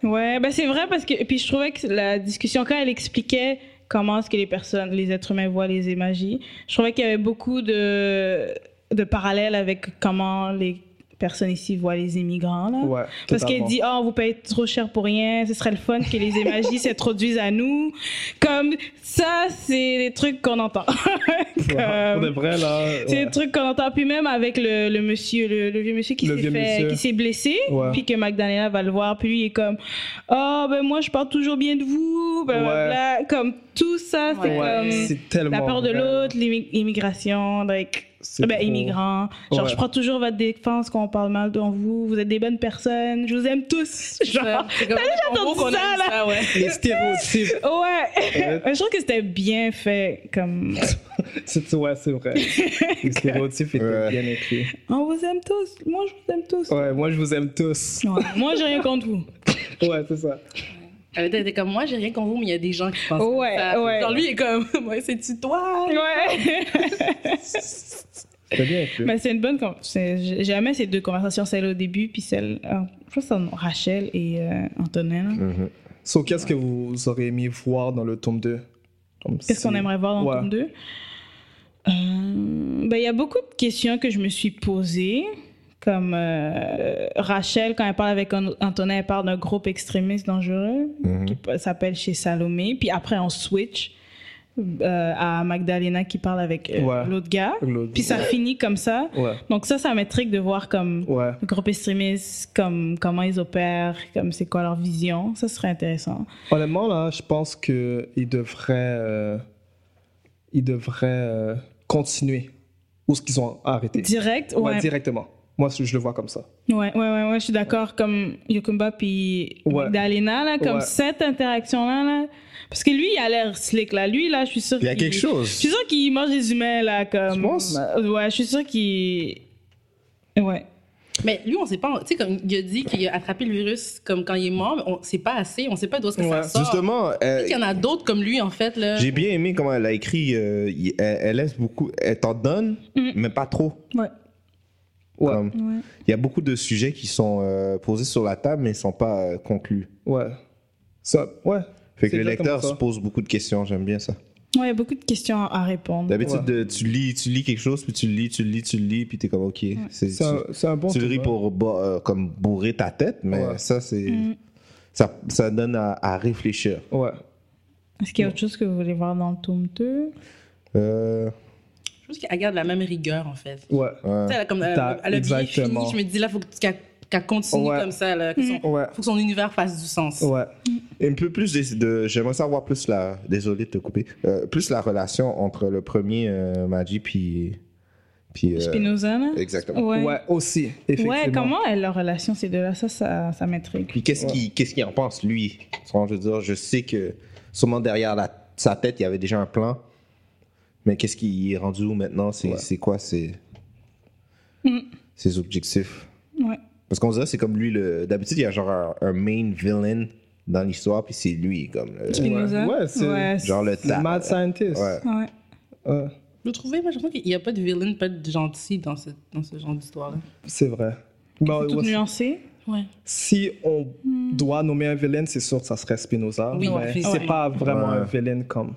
[SPEAKER 2] Ouais.
[SPEAKER 1] Ouais, ben c'est vrai parce que puis je trouvais que la discussion quand elle expliquait comment est-ce que les personnes, les êtres humains voient les imagies, je trouvais qu'il y avait beaucoup de de parallèles avec comment les personnes ici voient les immigrants là.
[SPEAKER 2] Ouais.
[SPEAKER 1] Parce
[SPEAKER 2] totalement.
[SPEAKER 1] qu'elle dit, oh, vous payez trop cher pour rien, ce serait le fun que les émagies *laughs* s'introduisent à nous. Comme ça, c'est des trucs qu'on entend. *laughs*
[SPEAKER 2] Ouais, Pour
[SPEAKER 1] Comme-
[SPEAKER 2] de vrai, là.
[SPEAKER 1] c'est
[SPEAKER 2] ouais.
[SPEAKER 1] des trucs qu'on entend. Puis même avec le, le monsieur, le, le vieux monsieur qui
[SPEAKER 2] Le
[SPEAKER 1] s'est
[SPEAKER 2] vieux
[SPEAKER 1] fait-
[SPEAKER 2] monsieur.
[SPEAKER 1] qui s'est blessé,
[SPEAKER 2] Ouais.
[SPEAKER 1] puis que Magdalena va le voir, puis lui il est comme Oh, ben moi je parle toujours bien de vous, blablabla. Comme tout ça, c'est
[SPEAKER 5] Ouais.
[SPEAKER 1] comme
[SPEAKER 2] C'est tellement.
[SPEAKER 1] euh, la peur de
[SPEAKER 2] vrai, là.
[SPEAKER 1] l'autre, l'immi- l'immigration, like.
[SPEAKER 2] C'est
[SPEAKER 1] Ben,
[SPEAKER 2] trop-
[SPEAKER 1] immigrant. Genre,
[SPEAKER 2] Ouais.
[SPEAKER 1] je prends toujours votre défense quand on parle mal de vous. Vous êtes des bonnes personnes. Je vous aime tous. Genre.
[SPEAKER 5] *laughs* C'est comme la convo
[SPEAKER 1] entendu
[SPEAKER 5] qu'on
[SPEAKER 1] ça,
[SPEAKER 5] a
[SPEAKER 1] là?
[SPEAKER 5] eu ça, ouais.
[SPEAKER 2] Les stéréotypes.
[SPEAKER 1] *laughs* Ouais.
[SPEAKER 2] Ouais.
[SPEAKER 1] je trouve que c'était bien fait. Comme.
[SPEAKER 2] c'est ouais, c'est vrai. Les stéréotypes étaient
[SPEAKER 3] Ouais.
[SPEAKER 2] bien écrits.
[SPEAKER 1] On vous aime tous. Moi, je vous aime tous.
[SPEAKER 2] Ouais, moi je vous aime tous.
[SPEAKER 1] Ouais. Moi, j'ai rien contre vous.
[SPEAKER 2] Ouais, c'est ça.
[SPEAKER 5] Elle était comme, moi, j'ai rien contre vous, mais il y a des gens qui pensent
[SPEAKER 1] Ouais,
[SPEAKER 5] comme ça.
[SPEAKER 1] ouais.
[SPEAKER 5] Genre, lui, il est comme, *laughs* ouais, c'est-tu toi?
[SPEAKER 1] Ouais.
[SPEAKER 2] C'était bien écrit.
[SPEAKER 1] Mais Bah, c'est une bonne. con- c'est- j- J'aimais ces deux conversations, celle au début, puis celle. euh, je pense que c'est en- Rachel et euh, Antonin. là.
[SPEAKER 3] Mhm.
[SPEAKER 2] So, qu'est-ce que vous auriez aimé voir dans le tome 2 Comme
[SPEAKER 1] Qu'est-ce
[SPEAKER 2] si-
[SPEAKER 1] qu'on aimerait voir dans
[SPEAKER 2] Ouais.
[SPEAKER 1] le tome 2 Euh, ben, Il y a beaucoup de questions que je me suis posées. Comme euh, Rachel, quand elle parle avec An- Antonin, elle parle d'un groupe extrémiste dangereux
[SPEAKER 3] Mhm.
[SPEAKER 1] qui p- s'appelle Chez Salomé. Puis après, on switch euh, à Magdalena qui parle avec euh,
[SPEAKER 2] Ouais.
[SPEAKER 1] l'autre gars.
[SPEAKER 2] L'autre.
[SPEAKER 1] Puis ça finit comme ça.
[SPEAKER 2] Ouais.
[SPEAKER 1] Donc ça, ça m'intrigue de voir comme
[SPEAKER 2] Ouais.
[SPEAKER 1] le groupe extrémiste, comme comment ils opèrent, comme c'est quoi leur vision, ça serait intéressant.
[SPEAKER 2] Honnêtement, là, je pense qu'il devrait, euh, il devrait euh, continuer où ce qu'ils ont arrêté.
[SPEAKER 1] Direct,
[SPEAKER 2] Ouais,
[SPEAKER 1] ouais.
[SPEAKER 2] directement. Moi, je le vois comme ça.
[SPEAKER 1] Ouais, ouais, ouais, ouais, je suis d'accord. Comme Yokumba puis
[SPEAKER 2] Ouais.
[SPEAKER 1] Dalena, là, comme
[SPEAKER 2] Ouais.
[SPEAKER 1] cette interaction-là, là. Parce que lui, il a l'air slick, là. Lui, là, je suis sûr
[SPEAKER 3] Il y a quelque
[SPEAKER 1] Je
[SPEAKER 3] chose.
[SPEAKER 1] suis sûr qu'il mange des humains, là, comme...
[SPEAKER 2] Tu penses?
[SPEAKER 1] Euh, Ouais, je suis sûr qu'il... Ouais.
[SPEAKER 5] Mais lui, on sait pas. Tu sais, comme il a dit qu'il a attrapé le virus comme quand il est mort, mais on sait pas assez. On sait pas d'où est-ce que
[SPEAKER 2] Ouais.
[SPEAKER 5] ça sort.
[SPEAKER 3] Justement, euh,
[SPEAKER 5] Peut-être qu'il y en a d'autres comme lui, en fait. Là.
[SPEAKER 3] j'ai bien aimé comment elle a écrit. euh, il- elle, elle laisse beaucoup. Elle t'en donne,
[SPEAKER 1] Mm.
[SPEAKER 3] mais pas trop.
[SPEAKER 1] Ouais.
[SPEAKER 2] Ouais.
[SPEAKER 3] Comme,
[SPEAKER 1] Ouais.
[SPEAKER 3] Il y a beaucoup de sujets qui sont euh, posés sur la table, mais ils sont pas euh, conclus.
[SPEAKER 2] Ouais. Ça, ouais.
[SPEAKER 3] Fait que
[SPEAKER 2] C'est
[SPEAKER 3] le
[SPEAKER 2] exactement
[SPEAKER 3] lecteur
[SPEAKER 2] ça.
[SPEAKER 3] se pose beaucoup de questions. J'aime bien ça.
[SPEAKER 1] Ouais, il y a beaucoup de questions à répondre.
[SPEAKER 3] D'habitude, de- tu lis, tu lis quelque chose, puis tu le lis, tu le lis, tu le lis, puis t'es comme ok. c'est-
[SPEAKER 2] C'est un,
[SPEAKER 3] tu-
[SPEAKER 2] c'est un bon
[SPEAKER 3] tu le lis
[SPEAKER 2] truc,
[SPEAKER 3] pour bo- euh, comme bourrer ta tête, mais
[SPEAKER 2] Ouais.
[SPEAKER 3] ça c'est
[SPEAKER 1] Mm.
[SPEAKER 3] ça, ça donne à, à réfléchir.
[SPEAKER 2] Ouais. Ouais.
[SPEAKER 1] Est-ce qu'il y a autre chose que vous voulez voir dans le tome 2?
[SPEAKER 3] Euh,
[SPEAKER 5] Je pense qu'elle garde la même rigueur, en fait. Tu
[SPEAKER 2] Ouais.
[SPEAKER 3] ouais.
[SPEAKER 5] sais, elle a comme. Elle,
[SPEAKER 2] T'as-
[SPEAKER 5] a- elle a bien
[SPEAKER 2] exactement.
[SPEAKER 5] fini. Je me dis, là, faut que- qu'elle qu'elle continue
[SPEAKER 2] Ouais.
[SPEAKER 5] comme ça. Là, que son-
[SPEAKER 2] Ouais.
[SPEAKER 5] faut que son univers fasse du sens.
[SPEAKER 2] Ouais.
[SPEAKER 3] Et Un peu plus de, de- j'aimerais savoir plus la désolé de te couper euh, plus la relation entre le premier euh, Maggi puis puis euh,
[SPEAKER 1] Spinoza, là?
[SPEAKER 3] exactement.
[SPEAKER 2] Ouais.
[SPEAKER 1] Ouais.
[SPEAKER 2] aussi.
[SPEAKER 1] Ouais,
[SPEAKER 2] Effectivement.
[SPEAKER 1] comment est leur relation, ces deux-là? Ça, ça, ça m'intrigue.
[SPEAKER 3] Puis qu'est-ce qu'il qu'est-ce qu'il en pense lui Tu vois, Je veux dire, je sais que sûrement derrière la- sa tête il y avait déjà un plan, mais qu'est-ce qu'il est rendu où maintenant C'est
[SPEAKER 2] Ouais.
[SPEAKER 3] c'est quoi ses
[SPEAKER 1] Mm.
[SPEAKER 3] ses objectifs
[SPEAKER 1] Ouais.
[SPEAKER 3] Parce qu'on dirait c'est comme lui le d'habitude il y a genre un, un main villain dans l'histoire puis c'est lui comme le-
[SPEAKER 1] Spinoza?
[SPEAKER 2] Ouais, c'est-
[SPEAKER 3] genre le
[SPEAKER 2] Le
[SPEAKER 3] ta-
[SPEAKER 2] mad scientist.
[SPEAKER 3] Ouais.
[SPEAKER 1] Ouais.
[SPEAKER 2] Ouais.
[SPEAKER 5] Vous trouvez, moi, je pense qu'il n'y a pas de villain, pas de gentil dans ce, dans ce genre d'histoire-là.
[SPEAKER 2] C'est vrai. Bah,
[SPEAKER 1] Tout
[SPEAKER 2] ouais,
[SPEAKER 1] nuancé?
[SPEAKER 5] Ouais.
[SPEAKER 2] si on
[SPEAKER 1] Hmm.
[SPEAKER 2] doit nommer un villain, c'est sûr que ça serait Spinoza.
[SPEAKER 5] Oui,
[SPEAKER 2] mais
[SPEAKER 5] ouais.
[SPEAKER 2] c'est
[SPEAKER 5] Ouais.
[SPEAKER 2] pas vraiment
[SPEAKER 3] Ouais.
[SPEAKER 2] un villain comme.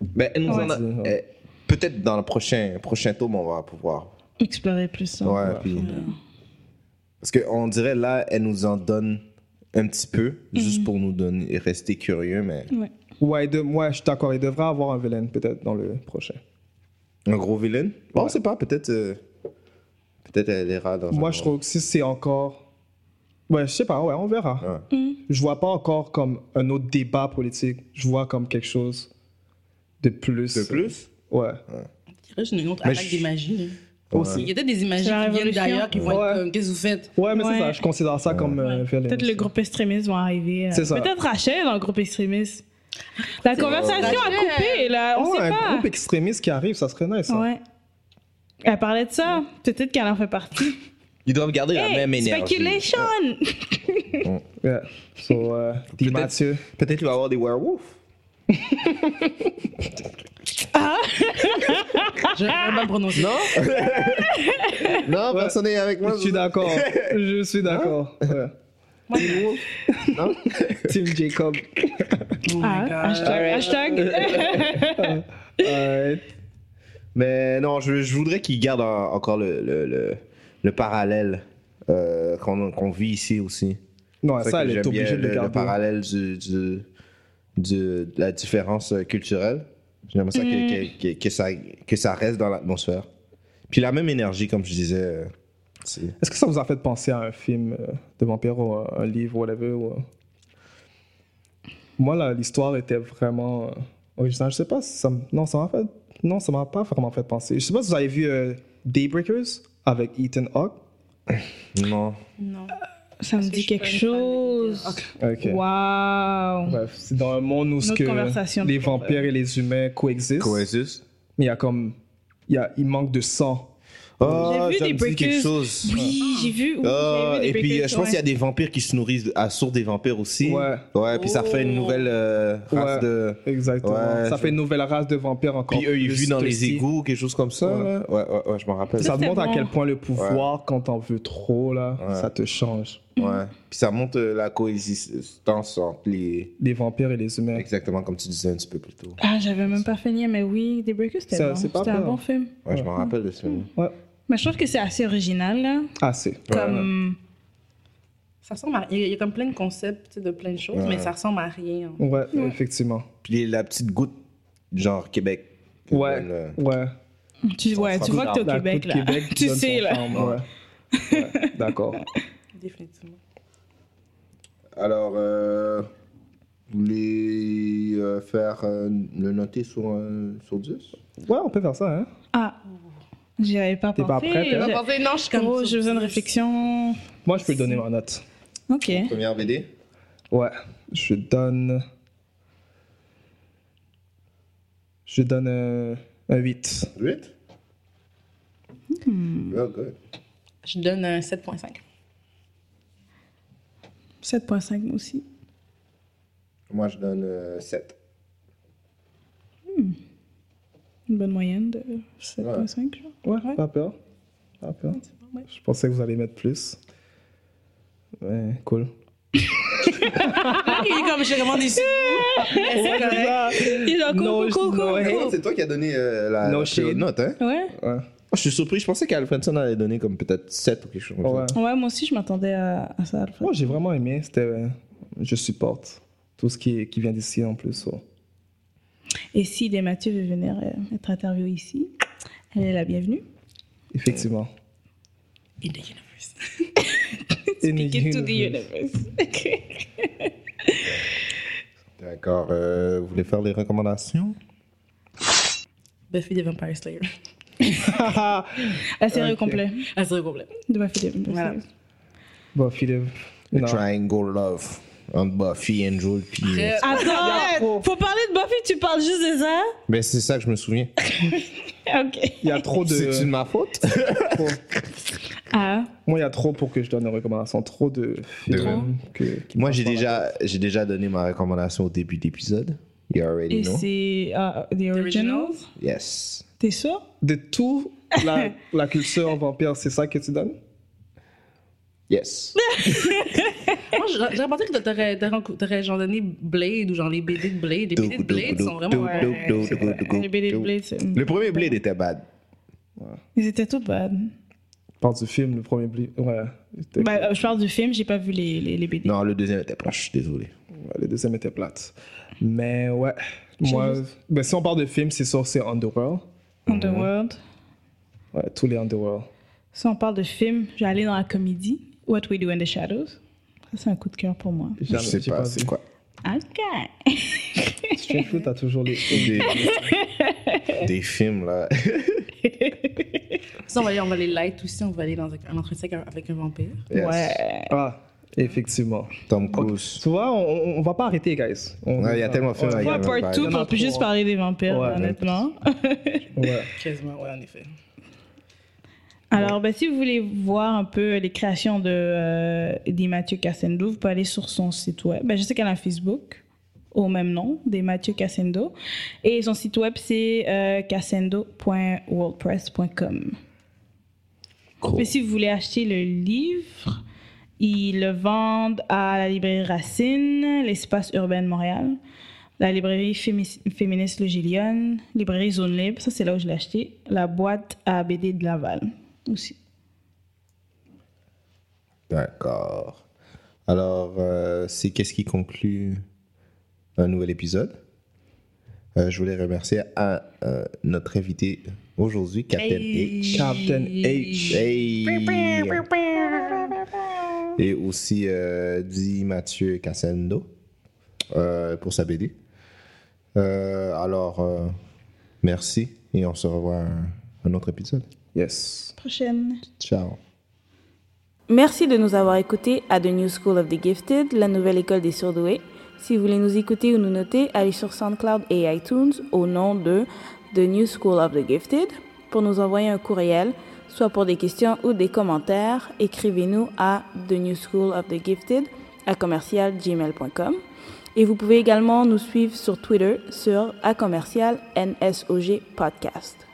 [SPEAKER 3] Ben, elle nous en a-
[SPEAKER 2] Ouais.
[SPEAKER 3] eh, peut-être dans le prochain prochain tome on va pouvoir.
[SPEAKER 1] Explorer plus ça.
[SPEAKER 3] Ouais, puis- Parce que on dirait là elle nous en donne un petit peu juste pour nous donner rester curieux mais
[SPEAKER 1] Ouais.
[SPEAKER 2] Ouais, de, ouais, je suis d'accord. Il devrait avoir un villain peut-être dans le prochain.
[SPEAKER 3] Un gros vilain Bon, on sait pas, peut-être. euh, peut-être elle ira dans. un
[SPEAKER 2] Moi, je
[SPEAKER 3] gros-
[SPEAKER 2] trouve que si c'est encore. Ouais, je sais pas, ouais, on verra.
[SPEAKER 3] Ouais.
[SPEAKER 2] Je vois pas encore comme un autre débat politique. Je vois comme quelque chose de plus.
[SPEAKER 3] De plus
[SPEAKER 2] Ouais.
[SPEAKER 5] Là, j'ai une autre
[SPEAKER 3] Mais
[SPEAKER 5] attaque
[SPEAKER 3] je-
[SPEAKER 5] des magies. là.
[SPEAKER 2] Aussi.
[SPEAKER 5] Il y a peut-être des images
[SPEAKER 1] C'est la
[SPEAKER 5] qui viennent
[SPEAKER 1] révolution.
[SPEAKER 5] d'ailleurs qui vont
[SPEAKER 2] Ouais.
[SPEAKER 5] être comme qu'est-ce que vous faites
[SPEAKER 2] Ouais, mais
[SPEAKER 1] Ouais.
[SPEAKER 2] c'est ça, je considère ça comme euh, un villain.
[SPEAKER 1] Peut-être le groupe extrémiste va arriver. là.
[SPEAKER 2] C'est ça.
[SPEAKER 1] Peut-être Rachel dans le groupe extrémiste. La conversation a
[SPEAKER 5] Rachel.
[SPEAKER 1] coupé, là. On
[SPEAKER 2] Oh,
[SPEAKER 1] sait
[SPEAKER 2] un
[SPEAKER 1] pas.
[SPEAKER 2] groupe extrémiste qui arrive, ça serait nice. hein. ça.
[SPEAKER 1] Ouais. Elle parlait de ça. Peut-être qu'elle en fait partie.
[SPEAKER 3] Ils doivent garder la
[SPEAKER 1] Hey,
[SPEAKER 3] même énergie.
[SPEAKER 1] Speculation!
[SPEAKER 5] Oh
[SPEAKER 2] Ouais. So, euh, dis
[SPEAKER 3] Peut-être-
[SPEAKER 2] Mathieu.
[SPEAKER 3] Peut-être il va y avoir des werewolves.
[SPEAKER 5] J'ai
[SPEAKER 1] Ah!
[SPEAKER 5] vraiment pas prononcé. Non
[SPEAKER 3] Non,
[SPEAKER 2] Ouais.
[SPEAKER 3] personne n'est avec moi. Hein?
[SPEAKER 2] Je
[SPEAKER 3] *laughs*
[SPEAKER 2] suis d'accord. Je suis d'accord. Ouais. *laughs*
[SPEAKER 3] Non
[SPEAKER 2] Team Jacob.
[SPEAKER 5] Oh
[SPEAKER 1] Ah,
[SPEAKER 5] my God.
[SPEAKER 1] hashtag.
[SPEAKER 5] *laughs*
[SPEAKER 1] hashtag.
[SPEAKER 2] Ouais.
[SPEAKER 3] Mais non, je, je voudrais qu'ils gardent en- encore le, le, le, le parallèle euh, qu'on qu'on vit ici aussi.
[SPEAKER 2] non,
[SPEAKER 3] C'est
[SPEAKER 2] ça,
[SPEAKER 3] que
[SPEAKER 2] elle est
[SPEAKER 3] j'aime bien
[SPEAKER 2] obligée
[SPEAKER 3] le,
[SPEAKER 2] de le
[SPEAKER 3] le
[SPEAKER 2] garder.
[SPEAKER 3] parallèle du, du- du- de la différence euh, culturelle. J'aimerais ça que-
[SPEAKER 1] Mm.
[SPEAKER 3] que, que- que ça que ça reste dans l'atmosphère. Puis la même énergie, comme je disais. euh, c'est-
[SPEAKER 2] Est-ce que ça vous a fait penser à un film euh, de vampire ou un, un livre, whatever ou, euh? Moi, là, l'histoire était vraiment euh, originale. Je sais pas si ça m- Non, ça m'a fait... Non, ça m'a pas vraiment fait penser. Je sais pas si vous avez vu euh, Daybreakers avec Ethan Hawke.
[SPEAKER 3] Non.
[SPEAKER 5] Non.
[SPEAKER 1] Ça me
[SPEAKER 5] Parce que je
[SPEAKER 1] dit
[SPEAKER 5] suis pas
[SPEAKER 1] quelque
[SPEAKER 5] une fan de
[SPEAKER 1] chose.
[SPEAKER 5] Hitler. Ok.
[SPEAKER 2] Ok.
[SPEAKER 1] Waouh!
[SPEAKER 2] Bref, c'est dans un monde où ce
[SPEAKER 1] autre conversation
[SPEAKER 2] que
[SPEAKER 1] de
[SPEAKER 2] les
[SPEAKER 1] problème.
[SPEAKER 2] vampires et les humains coexistent.
[SPEAKER 3] Coesus.
[SPEAKER 2] Mais il y a comme... il y a- il manque de sang.
[SPEAKER 3] Oh,
[SPEAKER 1] J'ai vu
[SPEAKER 3] ça
[SPEAKER 1] des
[SPEAKER 3] me dit quelque
[SPEAKER 1] breakers.
[SPEAKER 3] chose.
[SPEAKER 1] Oui, j'ai vu. oui,
[SPEAKER 3] Ah,
[SPEAKER 1] j'ai vu des
[SPEAKER 3] et puis,
[SPEAKER 1] breakers,
[SPEAKER 3] euh, je pense qu'il y a des vampires qui se nourrissent à sourd des vampires aussi.
[SPEAKER 2] Ouais.
[SPEAKER 3] Ouais, puis ça fait une nouvelle euh, race
[SPEAKER 2] Ouais.
[SPEAKER 3] de.
[SPEAKER 2] Exactement.
[SPEAKER 3] Ouais,
[SPEAKER 2] ça
[SPEAKER 3] je-
[SPEAKER 2] fait une nouvelle race de vampires encore.
[SPEAKER 3] Puis eux, ils
[SPEAKER 2] plus
[SPEAKER 3] vivent dans les
[SPEAKER 2] toasty.
[SPEAKER 3] égouts, quelque chose comme ça.
[SPEAKER 2] Ouais.
[SPEAKER 3] là. Ouais, ouais, ouais, je m'en rappelle.
[SPEAKER 2] Ça
[SPEAKER 1] c'est
[SPEAKER 2] montre
[SPEAKER 1] bon.
[SPEAKER 2] à quel point le pouvoir, quand t'en veux trop, là,
[SPEAKER 3] Ouais.
[SPEAKER 2] ça te change.
[SPEAKER 3] Ouais. Puis ça montre euh, la coexistence entre les.
[SPEAKER 2] Les vampires et les humains.
[SPEAKER 3] Exactement comme tu disais un petit peu plus tôt.
[SPEAKER 1] Ah, j'avais même pas fini, mais oui, des breakers, c'était
[SPEAKER 2] Ça,
[SPEAKER 1] bon.
[SPEAKER 2] c'est pas
[SPEAKER 1] C'était un
[SPEAKER 2] peur.
[SPEAKER 1] bon film.
[SPEAKER 3] Ouais, je m'en rappelle de ce film.
[SPEAKER 1] Mais je trouve que c'est assez original, là.
[SPEAKER 2] Ah, c'est.
[SPEAKER 1] Comme.
[SPEAKER 5] Ça ressemble à... Il y a- il y a comme plein de concepts, tu sais, de plein de choses,
[SPEAKER 3] Ouais.
[SPEAKER 5] mais ça ressemble à rien. hein,
[SPEAKER 2] Ouais, effectivement.
[SPEAKER 3] Puis la petite goutte, genre Québec. que
[SPEAKER 2] Ouais,
[SPEAKER 3] donne, euh,
[SPEAKER 2] ouais.
[SPEAKER 1] Tu, ouais,
[SPEAKER 3] Ça
[SPEAKER 1] tu
[SPEAKER 3] ressemble
[SPEAKER 1] vois que t'es au
[SPEAKER 2] La
[SPEAKER 1] Québec,
[SPEAKER 2] Coupe
[SPEAKER 1] là.
[SPEAKER 2] de Québec
[SPEAKER 1] *laughs* tu
[SPEAKER 2] donne
[SPEAKER 1] sais,
[SPEAKER 2] son
[SPEAKER 1] là.
[SPEAKER 2] charme, ouais. Ouais, D'accord.
[SPEAKER 5] Définitivement.
[SPEAKER 3] Alors, euh, vous voulez euh, faire euh, le noter sur, euh, sur 10
[SPEAKER 2] Ouais, on peut faire ça, hein.
[SPEAKER 1] Ah, J'y avais pas
[SPEAKER 2] T'es pas
[SPEAKER 1] pensé.
[SPEAKER 2] prête, hein?
[SPEAKER 1] Je-
[SPEAKER 5] J'ai pensé, non, je suis comme
[SPEAKER 1] Gros,
[SPEAKER 5] ça.
[SPEAKER 1] je faisais une réflexion.
[SPEAKER 2] Moi, je peux donner ma note.
[SPEAKER 1] Ok.
[SPEAKER 3] Première BD
[SPEAKER 2] Ouais, je donne. Je donne euh, un 8.
[SPEAKER 3] 8 Real Oh, good.
[SPEAKER 5] Je donne un 7.5.
[SPEAKER 1] 7.5 aussi.
[SPEAKER 3] Moi, je donne euh, 7.
[SPEAKER 1] Une bonne moyenne de 7.5, genre.
[SPEAKER 2] Ouais, pas peur. Pas peur. Je pensais que vous allez mettre plus. Ouais, cool.
[SPEAKER 5] Il est comme, j'ai vraiment déçu.
[SPEAKER 2] Ouais, c'est ça.
[SPEAKER 1] Il est genre, cool,
[SPEAKER 2] No-
[SPEAKER 1] cool, cool,
[SPEAKER 2] no
[SPEAKER 1] cool,
[SPEAKER 2] hate.
[SPEAKER 1] cool.
[SPEAKER 3] Eh, C'est toi qui as donné euh, la,
[SPEAKER 2] No
[SPEAKER 3] la plus haute
[SPEAKER 2] shade.
[SPEAKER 3] note, hein
[SPEAKER 1] Ouais.
[SPEAKER 2] Ouais.
[SPEAKER 3] Oh, Je suis surpris, je pensais qu'Alfredson allait donner comme peut-être 7 ou quelque chose. comme ça.
[SPEAKER 2] Ouais.
[SPEAKER 1] Ouais, moi aussi, je m'attendais à, à ça. Alfred.
[SPEAKER 2] Moi, j'ai vraiment aimé. C'était, euh, je supporte tout ce qui, qui vient d'ici en plus. so.
[SPEAKER 1] Et si des Mathieu veut venir euh, être interviewé ici, elle est la bienvenue.
[SPEAKER 2] Effectivement.
[SPEAKER 5] In the universe.
[SPEAKER 2] In the
[SPEAKER 1] Speak it to the
[SPEAKER 2] universe. *laughs*
[SPEAKER 1] universe. *laughs*
[SPEAKER 3] D'accord, euh, vous voulez faire les recommandations
[SPEAKER 5] Buffy the Vampire Slayer. *laughs*
[SPEAKER 1] La série au
[SPEAKER 2] Ok.
[SPEAKER 1] complet
[SPEAKER 5] Ah, c'est le problème.
[SPEAKER 1] de Buffy the Vampire
[SPEAKER 5] Voilà.
[SPEAKER 1] Slayer.
[SPEAKER 2] Bon, Philippe.
[SPEAKER 3] The
[SPEAKER 2] Non.
[SPEAKER 3] Triangle Love entre Buffy, Angel, puis. euh,
[SPEAKER 1] Attends, faut parler de Buffy, tu parles juste de ça
[SPEAKER 3] Ben, c'est ça que je me souviens.
[SPEAKER 1] Ok.
[SPEAKER 2] Il y a trop
[SPEAKER 3] C'est-tu de
[SPEAKER 2] de.
[SPEAKER 3] ma
[SPEAKER 2] *laughs*
[SPEAKER 3] faute
[SPEAKER 2] trop-
[SPEAKER 1] Ah,
[SPEAKER 2] Moi, il y a trop pour que je donne des recommandations. Trop de films. que- qui
[SPEAKER 3] Moi,
[SPEAKER 2] me
[SPEAKER 3] j'ai
[SPEAKER 2] parlent.
[SPEAKER 3] déjà, j'ai déjà donné ma recommandation au début de l'épisode. You already
[SPEAKER 1] et
[SPEAKER 3] know.
[SPEAKER 1] c'est ah, The Originals
[SPEAKER 5] Originals.
[SPEAKER 3] Yes.
[SPEAKER 1] T'es sûr
[SPEAKER 2] De tout, la, la culture vampire, c'est ça que tu donnes
[SPEAKER 1] *laughs*
[SPEAKER 3] Yes.
[SPEAKER 5] Moi, j'ai- j'ai remarqué que t'aurais, t'aurais, t'aurais genre donné Blade ou genre les BD de Blade. Les BD de Blade sont vraiment.
[SPEAKER 3] Ouais, Do, do, do, do, do,
[SPEAKER 1] euh, Ah, Les BD de
[SPEAKER 3] do.
[SPEAKER 1] Blade, c'est-
[SPEAKER 3] Le premier Blade était bad.
[SPEAKER 1] euh, ils étaient tous bad.
[SPEAKER 2] Je parle du film, le premier bli- Ouais. C'était-
[SPEAKER 1] Bah, euh, je parle du film, j'ai pas vu les, les, les BD.
[SPEAKER 3] Non, le deuxième était proche, désolé.
[SPEAKER 2] ouais, le deuxième était plate. Mais ouais. Moi, ben, si on parle de film, c'est sûr, c'est Underworld.
[SPEAKER 1] Underworld.
[SPEAKER 2] Ouais, tous les Underworld.
[SPEAKER 1] Si on parle de film, je vais aller dans la comédie. What We Do in the Shadows. Ça, c'est un coup de cœur pour moi.
[SPEAKER 2] Jamais,
[SPEAKER 3] je sais
[SPEAKER 2] j'ai
[SPEAKER 3] pas,
[SPEAKER 2] vu.
[SPEAKER 3] c'est quoi.
[SPEAKER 1] Ok.
[SPEAKER 2] Strange Fruit, t'as toujours les.
[SPEAKER 3] Des,
[SPEAKER 1] *laughs*
[SPEAKER 3] des films, là.
[SPEAKER 5] Ça, on va aller, on va aller light aussi. On va aller dans un entretien avec un- avec un vampire.
[SPEAKER 3] Yes.
[SPEAKER 1] Ouais.
[SPEAKER 2] Ah, effectivement.
[SPEAKER 3] Tom Cruise.
[SPEAKER 2] Tu vois, on, on- on va pas arrêter, guys. On-
[SPEAKER 3] Ouais, il y a tellement de films à
[SPEAKER 2] Ouais,
[SPEAKER 1] Moi,
[SPEAKER 3] regarder.
[SPEAKER 1] part
[SPEAKER 3] Il y en
[SPEAKER 1] two
[SPEAKER 3] a
[SPEAKER 1] pour
[SPEAKER 2] trop,
[SPEAKER 1] juste
[SPEAKER 2] hein.
[SPEAKER 1] parler des vampires,
[SPEAKER 2] Ouais.
[SPEAKER 1] honnêtement.
[SPEAKER 2] ouais.
[SPEAKER 5] Quasiment, ouais, en effet.
[SPEAKER 1] Alors, ben, si vous voulez voir un peu les créations de euh, des Mathieu Cassendo, vous pouvez aller sur son site web. Ben, je sais qu'elle a un Facebook au même nom, des Mathieu Cassendo. Et son site web, c'est euh, cassendo.wordpress.com. Mais si vous voulez acheter le livre, ils le vendent à la librairie Racine, l'espace urbain de Montréal, la librairie Fémi- féministe Le Gillion, librairie Zone Libre, ça c'est là où je l'ai acheté, la boîte à BD de Laval aussi.
[SPEAKER 3] D'accord. Alors, euh, c'est qu'est-ce qui conclut un nouvel épisode. Euh, je voulais remercier à euh, notre invité aujourd'hui, Captain H.
[SPEAKER 2] Captain H.
[SPEAKER 3] Hey! Et aussi euh, dit Mathieu Cassendo euh, pour sa BD. Euh, alors, euh, merci et on se revoit à un- un autre épisode.
[SPEAKER 2] Yes.
[SPEAKER 1] Prochaine.
[SPEAKER 3] Ciao.
[SPEAKER 7] Merci de nous avoir écoutés à The New School of the Gifted, la nouvelle école des surdoués. Si vous voulez nous écouter ou nous noter, allez sur SoundCloud et iTunes au nom de The New School of the Gifted pour nous envoyer un courriel, soit pour des questions ou des commentaires. Écrivez-nous à The New School of the Gifted à commercialgmail.com. Et vous pouvez également nous suivre sur Twitter sur à commercial NSOG Podcast.